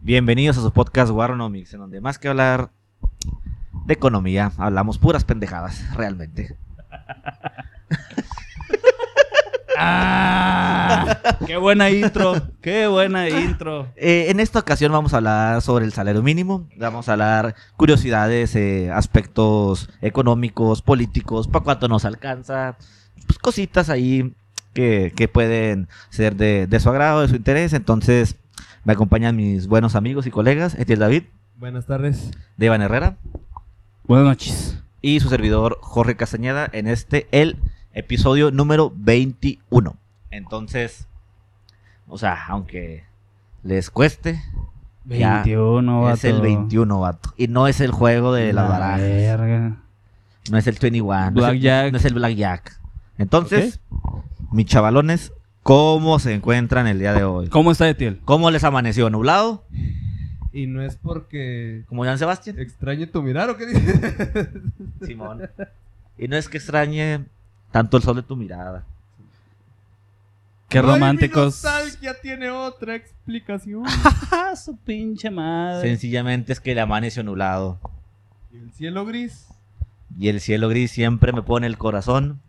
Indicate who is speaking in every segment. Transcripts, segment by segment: Speaker 1: Bienvenidos a su podcast Warnomics, en donde más que hablar de economía, hablamos puras pendejadas, realmente.
Speaker 2: Ah, ¡Qué buena intro! ¡Qué buena intro!
Speaker 1: Eh, en esta ocasión vamos a hablar sobre el salario mínimo, vamos a hablar curiosidades, eh, aspectos económicos, políticos, para cuánto nos alcanza, pues cositas ahí que, que pueden ser de, de su agrado, de su interés. Entonces, me acompañan mis buenos amigos y colegas, Etiel David,
Speaker 3: Buenas tardes.
Speaker 1: Devan Herrera
Speaker 2: Buenas noches.
Speaker 1: y su servidor Jorge Castañeda en este, el episodio número 21. Entonces, o sea, aunque les cueste, Ya,
Speaker 2: 21,
Speaker 1: es el 21, vato. Y no es el juego de la baraja,
Speaker 2: verga.
Speaker 1: no es el 21, no es el-
Speaker 2: Blackjack.
Speaker 1: no es el Blackjack. Entonces, mis chavalones, ¿cómo se encuentran el día de hoy?
Speaker 2: ¿Cómo está Etiel?
Speaker 1: ¿Cómo les amaneció? ¿Nublado?
Speaker 3: Y no es porque
Speaker 1: ¿Como Jan Sebastián?
Speaker 2: Eh,
Speaker 3: extrañe tu mirar o qué dices.
Speaker 1: Simón. Y no es que extrañe tanto el sol de tu mirada.
Speaker 2: ¡Qué
Speaker 3: Ay,
Speaker 2: románticos!
Speaker 3: Mi nostalgia tiene otra explicación.
Speaker 2: ¡Ah, su pinche madre!
Speaker 1: Sencillamente es que el amaneció nublado.
Speaker 3: y el cielo gris.
Speaker 1: Y el cielo gris siempre me pone el corazón.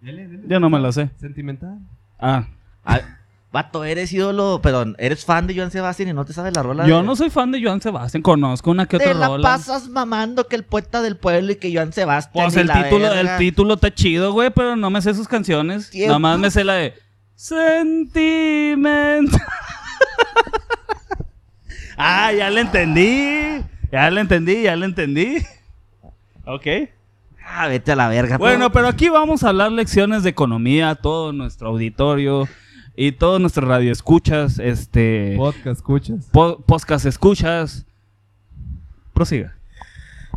Speaker 3: Dele, dele.
Speaker 2: Yo no me lo sé.
Speaker 3: Sentimental.
Speaker 2: Ah,
Speaker 1: Ah, vato, eres ídolo, perdón, eres fan de Joan Sebastián y no te sabes la rola.
Speaker 2: yo
Speaker 1: de-
Speaker 2: no soy fan de Joan Sebastián. Conozco una que otra
Speaker 1: Te la
Speaker 2: rola.
Speaker 1: pasas mamando que el poeta del pueblo y que Joan Sebastián.
Speaker 2: Pues
Speaker 1: y
Speaker 2: el
Speaker 1: la
Speaker 2: título,
Speaker 1: verga.
Speaker 2: el título está chido, güey, pero no me sé sus canciones.
Speaker 1: Tiempo.
Speaker 2: Nada más me sé la de Sentiment. ah, ya la entendí. Ya la entendí, ya la entendí. Ok.
Speaker 1: Ah, vete a la verga.
Speaker 2: Bueno,
Speaker 1: tú.
Speaker 2: pero aquí vamos a hablar lecciones de economía a todo nuestro auditorio y todos nuestros radioescuchas, este
Speaker 3: Podcast, escuchas.
Speaker 2: po- podcast escuchas. Prosiga.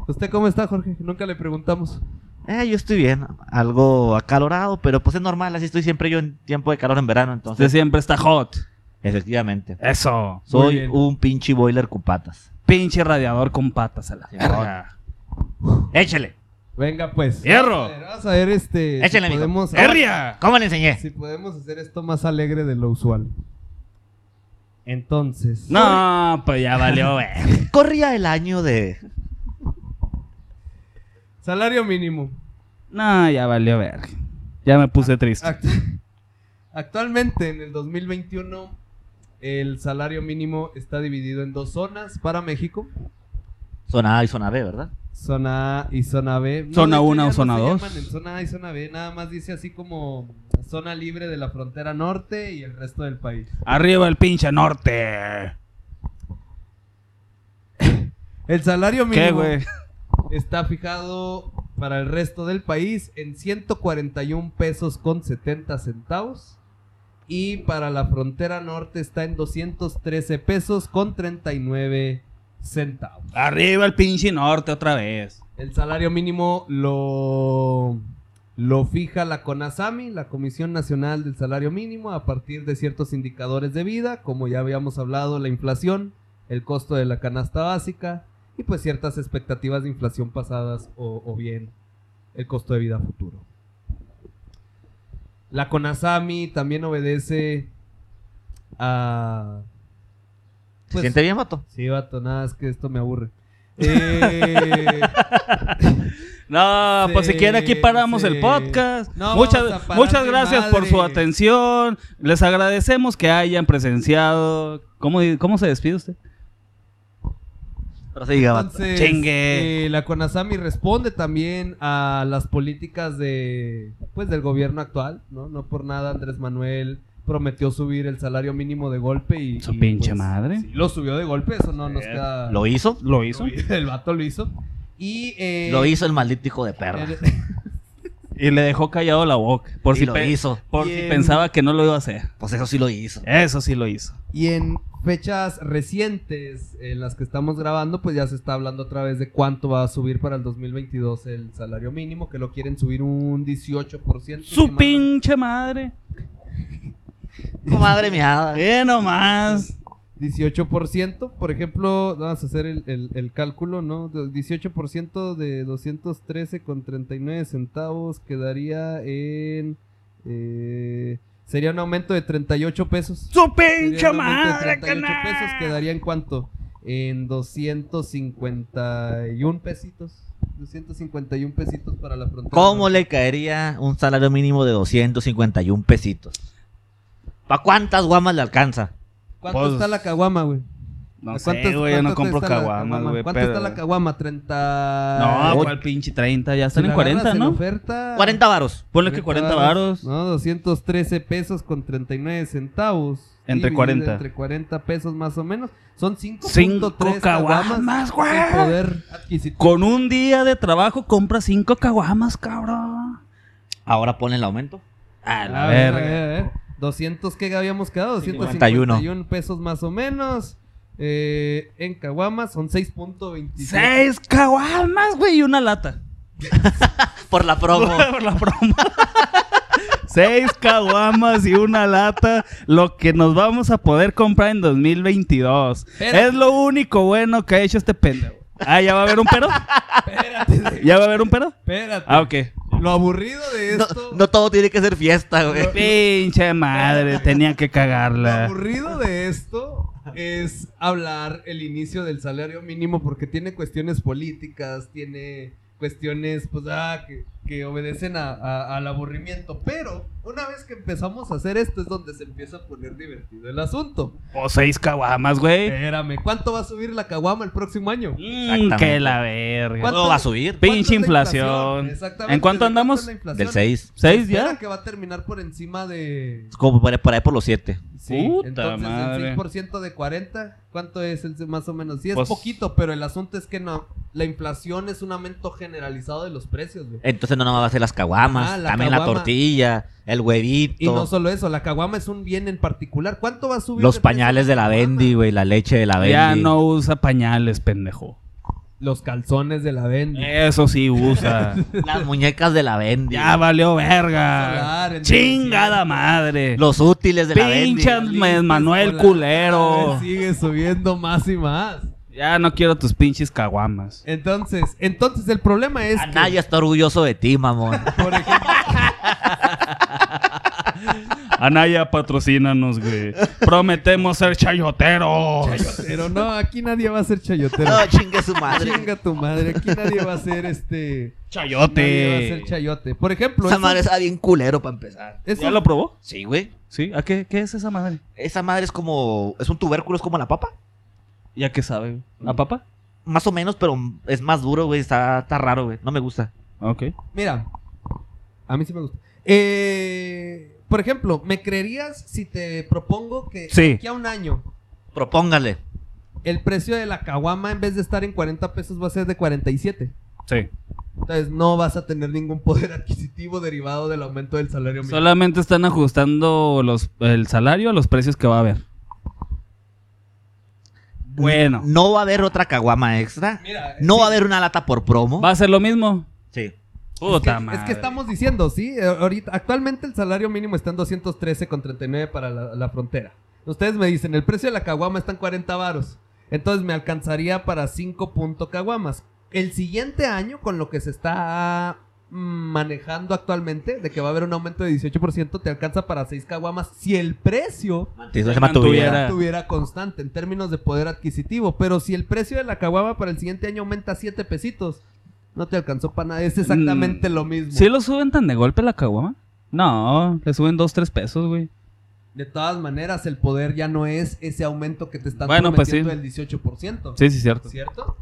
Speaker 3: ¿Usted cómo está, Jorge? Nunca le preguntamos.
Speaker 1: Eh, yo estoy bien, algo acalorado, pero pues es normal, así estoy siempre yo en tiempo de calor en verano,
Speaker 2: Usted
Speaker 1: entonces.
Speaker 2: siempre está hot.
Speaker 1: Efectivamente.
Speaker 2: eh, Eso.
Speaker 3: Muy
Speaker 1: Soy
Speaker 3: bien.
Speaker 1: un pinche boiler con patas.
Speaker 2: Pinche radiador con patas a la verga.
Speaker 1: Échale,
Speaker 3: Venga, pues.
Speaker 2: ¡Hierro!
Speaker 3: Vamos a ver, Vamos a ver este.
Speaker 1: Échale,
Speaker 3: si
Speaker 1: mijo.
Speaker 3: podemos,
Speaker 2: ¡Herria!
Speaker 1: ¿cómo le enseñé?
Speaker 3: si podemos hacer esto más alegre de lo usual. Entonces.
Speaker 2: No, pues ya valió, güey.
Speaker 1: Corría el año de.
Speaker 3: Salario mínimo.
Speaker 2: No, ya valió, verga. Ya me puse triste.
Speaker 3: Act- Actualmente, en el 2021, el salario mínimo está dividido en dos zonas para México.
Speaker 1: Zona A y zona B, ¿verdad?
Speaker 3: Zona A y zona B. No,
Speaker 2: Zona
Speaker 3: de hecho,
Speaker 2: una
Speaker 3: ya
Speaker 2: o zona
Speaker 3: se
Speaker 2: dos.
Speaker 3: llaman en zona A y zona B, nada más dice así como zona libre de la frontera norte y el resto del país.
Speaker 2: Arriba el pinche norte.
Speaker 3: El salario
Speaker 2: ¿Qué,
Speaker 3: mínimo
Speaker 2: güey?
Speaker 3: está fijado para el resto del país en 141 pesos con 70 centavos. Y para la frontera norte está en 213 pesos con 39 centavos.
Speaker 2: Arriba el pinche norte otra vez.
Speaker 3: El salario mínimo lo, lo fija la CONASAMI, la Comisión Nacional del Salario Mínimo, a partir de ciertos indicadores de vida, como ya habíamos hablado, la inflación, el costo de la canasta básica y pues ciertas expectativas de inflación pasadas o, o bien el costo de vida futuro. La CONASAMI también obedece a...
Speaker 1: ¿Se
Speaker 3: pues,
Speaker 1: siente bien, vato?
Speaker 3: Sí, vato, nada, es que esto me aburre. Eh,
Speaker 2: No, pues si
Speaker 3: Sí,
Speaker 2: quiere aquí paramos
Speaker 3: sí.
Speaker 2: el podcast.
Speaker 3: No, vamos a
Speaker 2: muchas
Speaker 3: parar
Speaker 2: muchas
Speaker 3: de
Speaker 2: gracias por
Speaker 3: madre.
Speaker 2: su atención. Les agradecemos que hayan presenciado. ¿Cómo, di- cómo se despide usted?
Speaker 1: Pero se diga, vato.
Speaker 3: Entonces,
Speaker 2: Chingue.
Speaker 3: eh, la CONASAMI responde también a las políticas de pues del gobierno actual, ¿no? No por nada Andrés Manuel prometió subir el salario mínimo de golpe y
Speaker 2: Su
Speaker 3: y, pues,
Speaker 2: pinche madre.
Speaker 3: sí, lo subió de golpe, eso no nos queda
Speaker 1: ¿Lo hizo?
Speaker 2: ¿Lo hizo?
Speaker 3: el vato lo hizo. Y eh,
Speaker 1: Lo hizo el maldito hijo de perra.
Speaker 3: el-
Speaker 2: Y le dejó callado la boca. Por,
Speaker 1: Y
Speaker 2: si,
Speaker 1: lo
Speaker 2: pe-
Speaker 1: hizo.
Speaker 2: por si
Speaker 3: Bien.
Speaker 2: pensaba que no lo iba a hacer.
Speaker 1: Pues eso sí lo hizo.
Speaker 2: Eso sí lo hizo.
Speaker 3: Y en fechas recientes en las que estamos grabando, pues ya se está hablando otra vez de cuánto va a subir para el 2022 el salario mínimo, que lo quieren subir un 18%. si
Speaker 2: Su
Speaker 3: mal no-
Speaker 2: pinche madre.
Speaker 1: Madre mía.
Speaker 2: Eh, nomás.
Speaker 3: 18%, por ejemplo, vamos a hacer el, el- el cálculo, ¿no? De- 18% de 213 con 39 centavos quedaría en eh, Sería un aumento de 38 pesos.
Speaker 2: ¡Su
Speaker 3: Sería
Speaker 2: pinche
Speaker 3: un aumento de
Speaker 2: madre,
Speaker 3: 38
Speaker 2: canal!
Speaker 3: pesos quedaría en cuánto? En 251 pesitos. 251 pesitos para la frontera.
Speaker 1: ¿Cómo le caería un salario mínimo de 251 pesitos? ¿Para cuántas guamas le alcanza?
Speaker 3: ¿Cuánto
Speaker 2: Pues,
Speaker 3: está la caguama, güey?
Speaker 2: No
Speaker 3: ¿Cuánto-
Speaker 2: sé, güey, yo no
Speaker 3: cuánto
Speaker 2: compro
Speaker 3: está la
Speaker 2: caguamas, güey.
Speaker 3: ¿Cuánto
Speaker 2: pero-
Speaker 3: está la caguama? 30...
Speaker 2: No,
Speaker 1: Oye.
Speaker 2: ¿cuál pinche 30? Ya
Speaker 3: Si
Speaker 2: están
Speaker 3: la
Speaker 2: en 40,
Speaker 3: agarras en
Speaker 2: ¿no?
Speaker 3: Oferta,
Speaker 1: 40 varos.
Speaker 2: Ponle que 40 varos.
Speaker 3: No, 213 pesos con 39 centavos.
Speaker 2: Entre
Speaker 3: Dividido
Speaker 2: 40.
Speaker 3: Entre 40 pesos más o menos. Son 5.3
Speaker 2: Cinco caguamas,
Speaker 3: caguamas.
Speaker 2: güey.
Speaker 3: sin poder adquisitivo.
Speaker 2: Con un día de trabajo compras cinco caguamas, cabrón.
Speaker 1: Ahora ponle el aumento. Ah,
Speaker 2: A
Speaker 3: A ver, a ver, a ver. 200 que habíamos quedado,
Speaker 1: 51.
Speaker 3: 251 pesos más o menos. Eh, en Caguamas son 6.25.
Speaker 2: Seis caguamas, güey, y una lata.
Speaker 1: Por la promo.
Speaker 2: Por la broma. Seis caguamas y una lata, lo que nos vamos a poder comprar en 2022.
Speaker 3: Pero-
Speaker 2: Es lo único bueno que ha hecho este pendejo. Ah, ¿ya va a haber un pero? ¿Ya va a haber un pero?
Speaker 3: Espérate.
Speaker 2: Ah, ok.
Speaker 3: Lo aburrido de
Speaker 1: No,
Speaker 3: esto.
Speaker 1: no todo tiene que ser fiesta, güey.
Speaker 2: Pinche madre, tenía que
Speaker 3: Lo
Speaker 2: cagarla.
Speaker 3: aburrido de esto es hablar el inicio del salario mínimo porque tiene cuestiones políticas, tiene cuestiones pues, ah, que, que obedecen a- a- al aburrimiento. Pero una vez que empezamos a hacer esto es donde se empieza a poner divertido el asunto.
Speaker 2: O seis caguamas, güey.
Speaker 3: Espérame, ¿cuánto va a subir la caguama el próximo año?
Speaker 2: Mm, que la verga.
Speaker 3: ¿Cuánto?
Speaker 1: ¿Cuándo va a subir?
Speaker 2: Pi-
Speaker 3: ¿Cuánto es la
Speaker 2: inflación.
Speaker 3: Exactamente,
Speaker 2: ¿En cuánto
Speaker 3: ¿de
Speaker 2: andamos?
Speaker 3: es la inflación?
Speaker 1: Del 6.
Speaker 2: ¿Seis
Speaker 3: Se espera
Speaker 2: ya?
Speaker 3: que va a terminar por encima de...
Speaker 1: Como por, por ahí por los 7.
Speaker 3: Sí,
Speaker 2: Puta
Speaker 3: entonces
Speaker 2: madre.
Speaker 3: el 6% de 40, ¿cuánto es el más o menos? Sí, es
Speaker 2: Pues-
Speaker 3: poquito, pero el asunto es que no. La inflación es un aumento generalizado de los precios, güey.
Speaker 1: Entonces no nomás va a ser las caguamas,
Speaker 3: Ah, la
Speaker 1: también
Speaker 3: caguama.
Speaker 1: la tortilla, el huevito,
Speaker 3: Y no solo eso, la caguama es un bien en particular. ¿Cuánto va a subir?
Speaker 1: los
Speaker 3: de precio
Speaker 1: pañales de la
Speaker 3: caguama?
Speaker 1: Bendy, güey, la leche de la Bendy.
Speaker 2: Ya no usa pañales, pendejo.
Speaker 3: Los calzones de la Bendy.
Speaker 2: Eso sí usa.
Speaker 1: Las muñecas de la Bendy.
Speaker 2: ya valió
Speaker 3: Solar,
Speaker 2: verga.
Speaker 3: en
Speaker 2: Chingada
Speaker 3: televisión.
Speaker 2: madre.
Speaker 1: Los útiles de la Bendy.
Speaker 2: Pinchas
Speaker 3: Listas
Speaker 2: Manuel
Speaker 3: con la- Cada
Speaker 2: culero.
Speaker 3: vez Sigue subiendo más y más.
Speaker 2: Ya no quiero tus pinches caguamas.
Speaker 3: Entonces, entonces el problema es que,
Speaker 1: Anaya está orgulloso de ti, mamón.
Speaker 3: por ejemplo,
Speaker 2: Anaya, patrocínanos, güey. Prometemos ser chayoteros.
Speaker 3: pero no, aquí nadie va a ser chayotero.
Speaker 1: no, chingue su madre.
Speaker 3: Chinga tu madre, aquí nadie va a ser este Nadie va a
Speaker 2: Chayote.
Speaker 3: ser chayote. Por ejemplo,
Speaker 1: Esa
Speaker 3: eso-
Speaker 1: madre está bien culero para empezar.
Speaker 3: eso-
Speaker 2: ¿Ya lo probó?
Speaker 1: Sí, güey.
Speaker 2: ¿Sí? ¿A qué, qué es esa madre?
Speaker 1: Esa madre es como. Es un tubérculo, es como la papa.
Speaker 2: ¿Ya qué sabe? güey? ¿A papa?
Speaker 1: Más o menos, pero es más duro, güey. Está, está raro, güey. No me gusta.
Speaker 2: Ok.
Speaker 3: mira, a mí sí me gusta. Eh, por ejemplo, ¿me creerías si te propongo que
Speaker 2: Sí.
Speaker 3: aquí a un año
Speaker 1: Propóngale.
Speaker 3: el precio de la caguama en vez de estar en 40 pesos va a ser de 47?
Speaker 2: Sí.
Speaker 3: Entonces no vas a tener ningún poder adquisitivo derivado del aumento del salario mínimo.
Speaker 2: Solamente están ajustando los, el salario a los precios que va a haber. Bueno,
Speaker 1: No va a haber otra caguama extra.
Speaker 3: Mira,
Speaker 1: No
Speaker 3: sí,
Speaker 1: va a haber una lata por promo.
Speaker 2: ¿va a ser lo mismo?
Speaker 1: Sí.
Speaker 3: es
Speaker 2: Puta
Speaker 3: que,
Speaker 2: madre.
Speaker 3: es que estamos diciendo, sí, Eh, ahorita actualmente el salario mínimo está en 213,39 para la, la frontera. Ustedes me dicen, el precio de la caguama está en 40 varos. Entonces me alcanzaría para 5 punto caguamas. El siguiente año, con lo que se está mm, manejando actualmente, de que va a haber un aumento de 18%, te alcanza para 6 caguamas si el precio
Speaker 1: Si no se
Speaker 2: Se
Speaker 1: mantuviera.
Speaker 2: mantuviera.
Speaker 3: estuviera constante en términos de poder adquisitivo. Pero si el precio de la caguama para el siguiente año aumenta 7 pesitos, no te alcanzó para nada. Es exactamente lo mismo.
Speaker 2: Mm, ¿Sí lo suben tan de golpe la caguama? No, le suben dos, tres pesos, güey.
Speaker 3: De todas maneras, el poder ya no es ese aumento que te están
Speaker 2: Bueno, pues
Speaker 3: prometiendo del 18%.
Speaker 2: Sí, sí, cierto.
Speaker 3: ¿Cierto?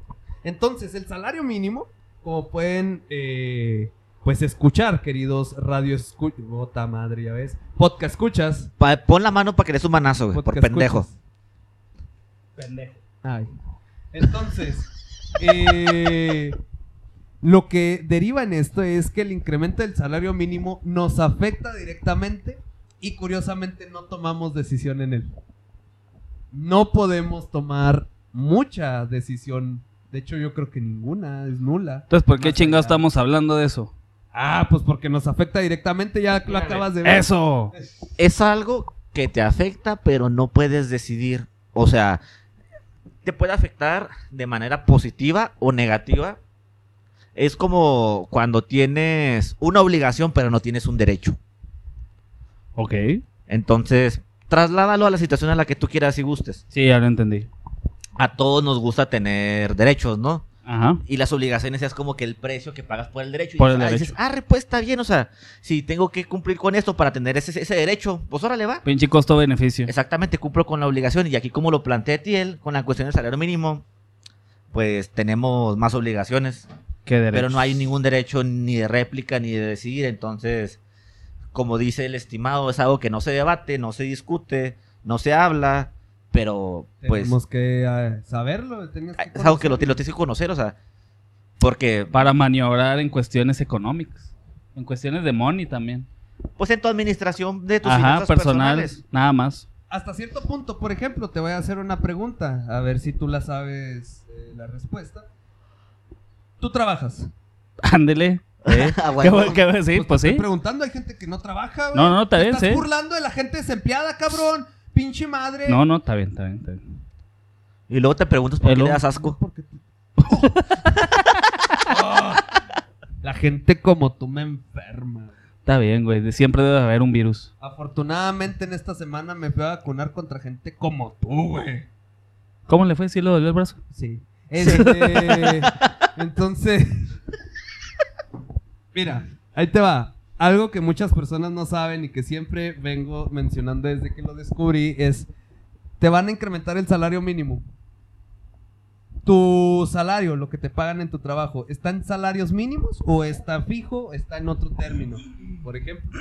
Speaker 3: Entonces, el salario mínimo, como pueden eh, pues escuchar, queridos radio escuchas, bota madre, ya ves, podcast escuchas,
Speaker 1: Pa- pon la mano para que le des un manazo, güey. Por
Speaker 3: podcast
Speaker 1: pendejo.
Speaker 3: escuchas. Ay. Entonces, eh, lo que deriva en esto es que el incremento del salario mínimo nos afecta directamente y curiosamente no tomamos decisión en él. No podemos tomar mucha decisión. De hecho, yo creo que ninguna es nula.
Speaker 2: Entonces, ¿por qué
Speaker 3: Más
Speaker 2: chingados
Speaker 3: allá.
Speaker 2: estamos hablando de eso?
Speaker 3: Ah, pues porque nos afecta directamente, ya lo acabas de ver.
Speaker 2: ¡Eso!
Speaker 1: Es algo que te afecta, pero no puedes decidir. O sea, te puede afectar de manera positiva o negativa. Es como cuando tienes una obligación, pero no tienes un derecho.
Speaker 2: Ok.
Speaker 1: Entonces, trasládalo a la situación a la que tú quieras y gustes.
Speaker 2: Sí, ya lo entendí.
Speaker 1: A todos nos gusta tener derechos, ¿no?
Speaker 2: Ajá.
Speaker 1: Y las obligaciones es como que el precio que pagas por el derecho.
Speaker 2: Por
Speaker 1: y
Speaker 2: el
Speaker 1: ah,
Speaker 2: derecho.
Speaker 1: dices, ah, pues está bien, o sea, si tengo que cumplir con esto para tener ese, ese derecho, pues órale va.
Speaker 2: Pinche costo-beneficio.
Speaker 1: Exactamente, cumplo con la obligación. Y aquí, como lo plantea Tiel, con la cuestión del salario mínimo, pues tenemos más obligaciones.
Speaker 2: Qué derecho.
Speaker 1: Pero no hay ningún derecho ni de réplica ni de decir. Entonces, como dice el estimado, es algo que no se debate, no se discute, no se habla. Pero, pues,
Speaker 3: Tenemos que eh, saberlo. tenías que
Speaker 1: es algo que lo,
Speaker 3: conocerlo.
Speaker 1: lo tienes que conocer, o sea, porque,
Speaker 2: Para maniobrar en cuestiones económicas. En cuestiones de money también.
Speaker 1: pues, en tu administración de tus
Speaker 2: Ajá,
Speaker 1: finanzas
Speaker 2: personal.
Speaker 1: personales.
Speaker 2: Nada más.
Speaker 3: Hasta cierto punto, por ejemplo, te voy a hacer una pregunta, a ver si tú la sabes eh, la respuesta. Tú trabajas.
Speaker 2: Ándele. ¿eh?
Speaker 1: Ah,
Speaker 2: ¿Qué,
Speaker 1: bueno.
Speaker 2: voy- qué voy a decir?
Speaker 3: Pues te
Speaker 2: Pues
Speaker 3: estoy
Speaker 2: sí.
Speaker 3: Preguntando, hay gente que no trabaja, güey.
Speaker 2: No, no, está
Speaker 3: Te
Speaker 2: bien,
Speaker 3: Estás
Speaker 2: sí.
Speaker 3: burlando de la gente desempleada, cabrón. Pinche madre.
Speaker 2: No, no, está bien, está bien, está bien.
Speaker 1: Y luego te preguntas por qué
Speaker 2: Hello.
Speaker 1: le das asco.
Speaker 3: Porque tú- Oh, la gente como tú me enferma.
Speaker 2: Está bien, güey. de- Siempre debe haber un virus.
Speaker 3: Afortunadamente en esta semana me fui a vacunar contra gente como tú, güey.
Speaker 2: ¿Cómo le fue? ¿Sí le dolió el brazo?
Speaker 3: Sí. Este, entonces, mira, ahí te va. Algo que muchas personas no saben y que siempre vengo mencionando desde que lo descubrí es, te van a incrementar el salario mínimo. Tu salario, lo que te pagan en tu trabajo, ¿está en salarios mínimos o está fijo o está en otro término? Por ejemplo.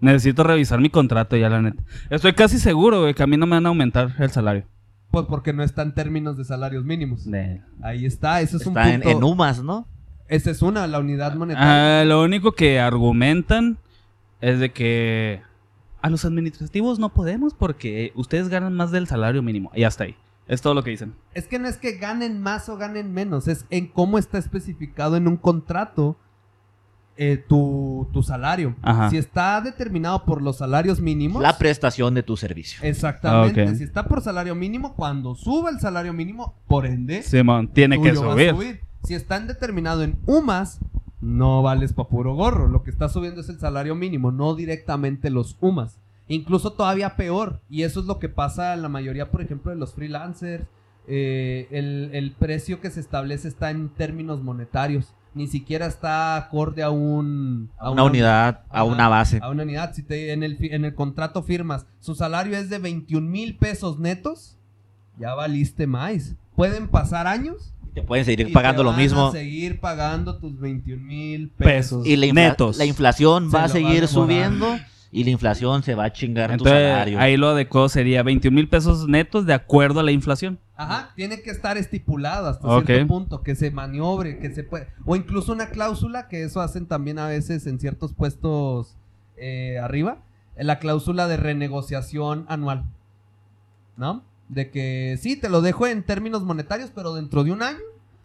Speaker 2: Necesito revisar mi contrato ya, la neta. Estoy casi seguro, güey, que a mí no me van a aumentar el salario.
Speaker 3: Pues porque no está en términos de salarios mínimos.
Speaker 2: De-
Speaker 3: Ahí está, eso es un
Speaker 1: Está en,
Speaker 3: punto.
Speaker 1: en UMAS, ¿no?
Speaker 3: Esa es una, la unidad monetaria.
Speaker 2: Ah, lo único que argumentan es de que a los administrativos no podemos porque ustedes ganan más del salario mínimo. Y hasta ahí. Es todo lo que dicen.
Speaker 3: Es que no es que ganen más o ganen menos, es en cómo está especificado en un contrato eh, tu, tu salario.
Speaker 2: Ajá.
Speaker 3: Si está determinado por los salarios mínimos.
Speaker 1: La prestación de tu servicio.
Speaker 3: Exactamente.
Speaker 2: Ah, ok.
Speaker 3: Si está por salario mínimo, cuando suba el salario mínimo, por ende,
Speaker 2: Simón, tiene que
Speaker 3: tuyo va a
Speaker 2: subir.
Speaker 3: Si está en determinado en UMAS, no vales para puro gorro. Lo que está subiendo es el salario mínimo, no directamente los UMAS. Incluso todavía peor. Y eso es lo que pasa en la mayoría, por ejemplo, de los freelancers. Eh, el, el precio que se establece está en términos monetarios. Ni siquiera está acorde a un...
Speaker 1: A una unidad, a
Speaker 3: Ajá,
Speaker 1: una base.
Speaker 3: A una unidad. Si te, en, el, fi- en el contrato firmas, su salario es de 21 mil pesos netos, ya valiste más. Pueden pasar años
Speaker 1: Te pueden
Speaker 3: y
Speaker 1: seguir
Speaker 3: te
Speaker 1: pagando lo
Speaker 3: van a
Speaker 1: mismo.
Speaker 3: seguir pagando tus 21 mil pesos.
Speaker 2: Pesos.
Speaker 1: Y la, infla-
Speaker 2: Netos.
Speaker 1: la inflación
Speaker 3: Se
Speaker 1: va a
Speaker 3: lo van a
Speaker 1: seguir
Speaker 3: demorar.
Speaker 1: subiendo y la inflación se va a chingar tu
Speaker 2: Entonces,
Speaker 1: salario.
Speaker 2: ahí lo adecuado sería 21 mil pesos netos de acuerdo a la inflación.
Speaker 3: Ajá, tiene que estar estipulado hasta
Speaker 2: Ok.
Speaker 3: cierto punto, que se maniobre, que se puede... O incluso una cláusula, que eso hacen también a veces en ciertos puestos eh, arriba, la cláusula de renegociación anual, ¿no? De que sí, te lo dejo en términos monetarios, pero dentro de un año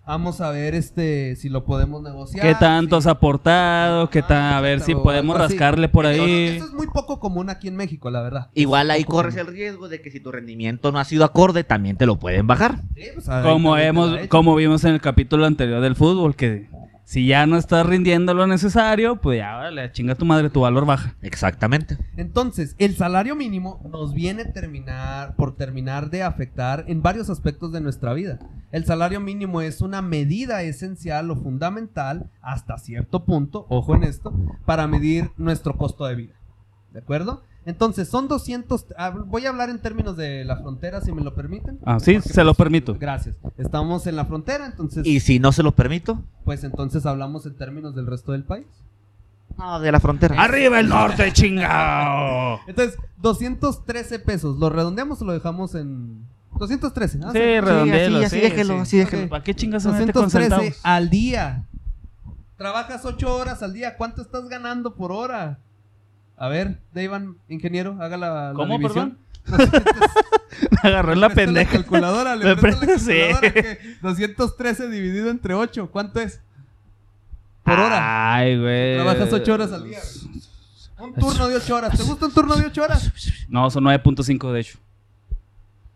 Speaker 3: vamos a ver este si lo podemos negociar.
Speaker 2: ¿Qué tanto has
Speaker 3: si-
Speaker 2: aportado? ¿Qué
Speaker 3: Ajá,
Speaker 2: tan, a ver si
Speaker 3: exacto,
Speaker 2: podemos
Speaker 3: algo Ah, así.
Speaker 2: rascarle por
Speaker 3: Entonces,
Speaker 2: ahí?
Speaker 3: Eso es muy poco común aquí en México, la verdad.
Speaker 1: Igual ahí
Speaker 3: Ojo,
Speaker 1: corres
Speaker 3: ¿no?
Speaker 1: el riesgo de que si tu rendimiento no ha sido acorde, también te lo pueden bajar.
Speaker 3: Sí, pues, ahí
Speaker 2: Como
Speaker 3: también te
Speaker 2: hemos,
Speaker 3: la he hecho.
Speaker 2: como vimos en el capítulo anterior del fútbol, que si ya no estás rindiendo lo necesario, pues ya vale, chinga tu madre, tu valor baja.
Speaker 1: Exactamente.
Speaker 3: Entonces, el salario mínimo nos viene terminar, por terminar de afectar en varios aspectos de nuestra vida. El salario mínimo es una medida esencial o fundamental, hasta cierto punto, ojo en esto, para medir nuestro costo de vida. ¿De acuerdo? Entonces, son 200, ah, voy a hablar en términos de la frontera, si me lo permiten.
Speaker 2: Ah, sí,
Speaker 3: Porque,
Speaker 2: se lo
Speaker 3: pues,
Speaker 2: permito.
Speaker 3: Gracias. Estamos en la frontera, entonces,
Speaker 1: Y si no se lo permito,
Speaker 3: pues entonces hablamos en términos del resto del país.
Speaker 1: no, de la frontera.
Speaker 2: ¡Arriba el norte, chingao!
Speaker 3: Entonces, 213 pesos. ¿Lo redondeamos o lo dejamos en 213? Ah,
Speaker 2: Sí,
Speaker 3: sí.
Speaker 2: redondealo,
Speaker 1: así, así
Speaker 2: sí,
Speaker 1: déjelo,
Speaker 2: sí.
Speaker 1: así déjelo.
Speaker 2: ¿Para qué chingas este se mete con
Speaker 3: 213
Speaker 2: centavos?
Speaker 3: al día. Trabajas 8 horas al día. ¿Cuánto estás ganando por hora? A ver, Davan, ingeniero, haga la, la
Speaker 2: ¿Cómo,
Speaker 3: división. Este
Speaker 2: Agarró la
Speaker 3: Presta
Speaker 2: pendeja.
Speaker 3: calculadora, le
Speaker 2: Me
Speaker 3: presta la
Speaker 2: presta- sí.
Speaker 3: calculadora que 213 dividido entre 8, ¿cuánto es? Por hora.
Speaker 2: Ay, güey.
Speaker 3: Trabajas ocho horas al día,
Speaker 2: eh,
Speaker 3: Un turno de 8 horas. ¿Te gusta un turno de 8 horas?
Speaker 2: No, son 9.5 de hecho.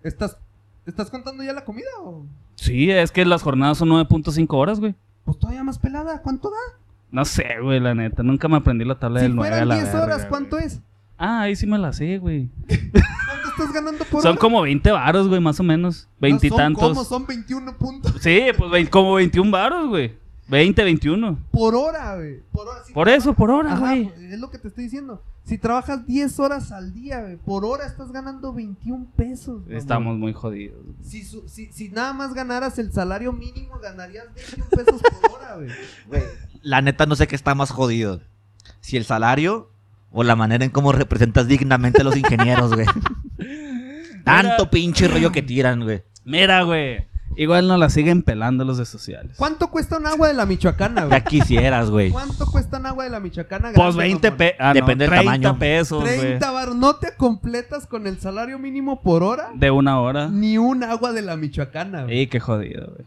Speaker 3: ¿Estás, ¿Estás contando ya la comida o...?
Speaker 2: Sí, es que las jornadas son 9.5 horas, güey.
Speaker 3: Pues todavía más pelada, ¿cuánto da?
Speaker 2: No sé, güey, la neta. Nunca me aprendí la tabla
Speaker 3: Si
Speaker 2: del 9 a
Speaker 3: fueran
Speaker 2: la
Speaker 3: 10
Speaker 2: verga,
Speaker 3: horas,
Speaker 2: güey.
Speaker 3: ¿cuánto es?
Speaker 2: Ah, ahí sí me la sé, güey.
Speaker 3: ¿Cuánto estás ganando por
Speaker 2: Son
Speaker 3: hora?
Speaker 2: como 20 varos, güey, más o menos.
Speaker 3: No, son
Speaker 2: Veintitantos.
Speaker 3: como, Son 21 puntos
Speaker 2: Sí, pues vein- como 21 varos, güey. 20, 21.
Speaker 3: por hora, güey. Por hora. sí.
Speaker 2: Por eso, por hora,
Speaker 3: Ajá,
Speaker 2: güey.
Speaker 3: es lo que te estoy diciendo. Si trabajas 10 horas al día, güey, por hora estás ganando 21 pesos. mamón.
Speaker 2: Estamos muy jodidos. güey.
Speaker 3: Si, su- si, si nada más ganaras el salario mínimo, ganarías 21 pesos por hora, güey.
Speaker 1: La neta no sé qué está más jodido. Si el salario o la manera en cómo representas dignamente a los ingenieros, güey. Tanto pinche rollo que tiran, güey.
Speaker 2: Mira, güey. Igual nos la siguen pelando los de sociales.
Speaker 3: ¿Cuánto cuesta un agua de la Michoacana, güey?
Speaker 1: Ya quisieras, güey.
Speaker 3: ¿Cuánto cuesta un agua de la Michoacana?
Speaker 2: Pues 20
Speaker 3: grande, mamón?
Speaker 2: pesos.
Speaker 1: Depende del tamaño.
Speaker 2: pesos, güey.
Speaker 3: 30 bar, ¿no te completas con el salario mínimo por hora?
Speaker 2: De una hora.
Speaker 3: Ni un agua de la Michoacana, güey.
Speaker 2: Y qué jodido, güey.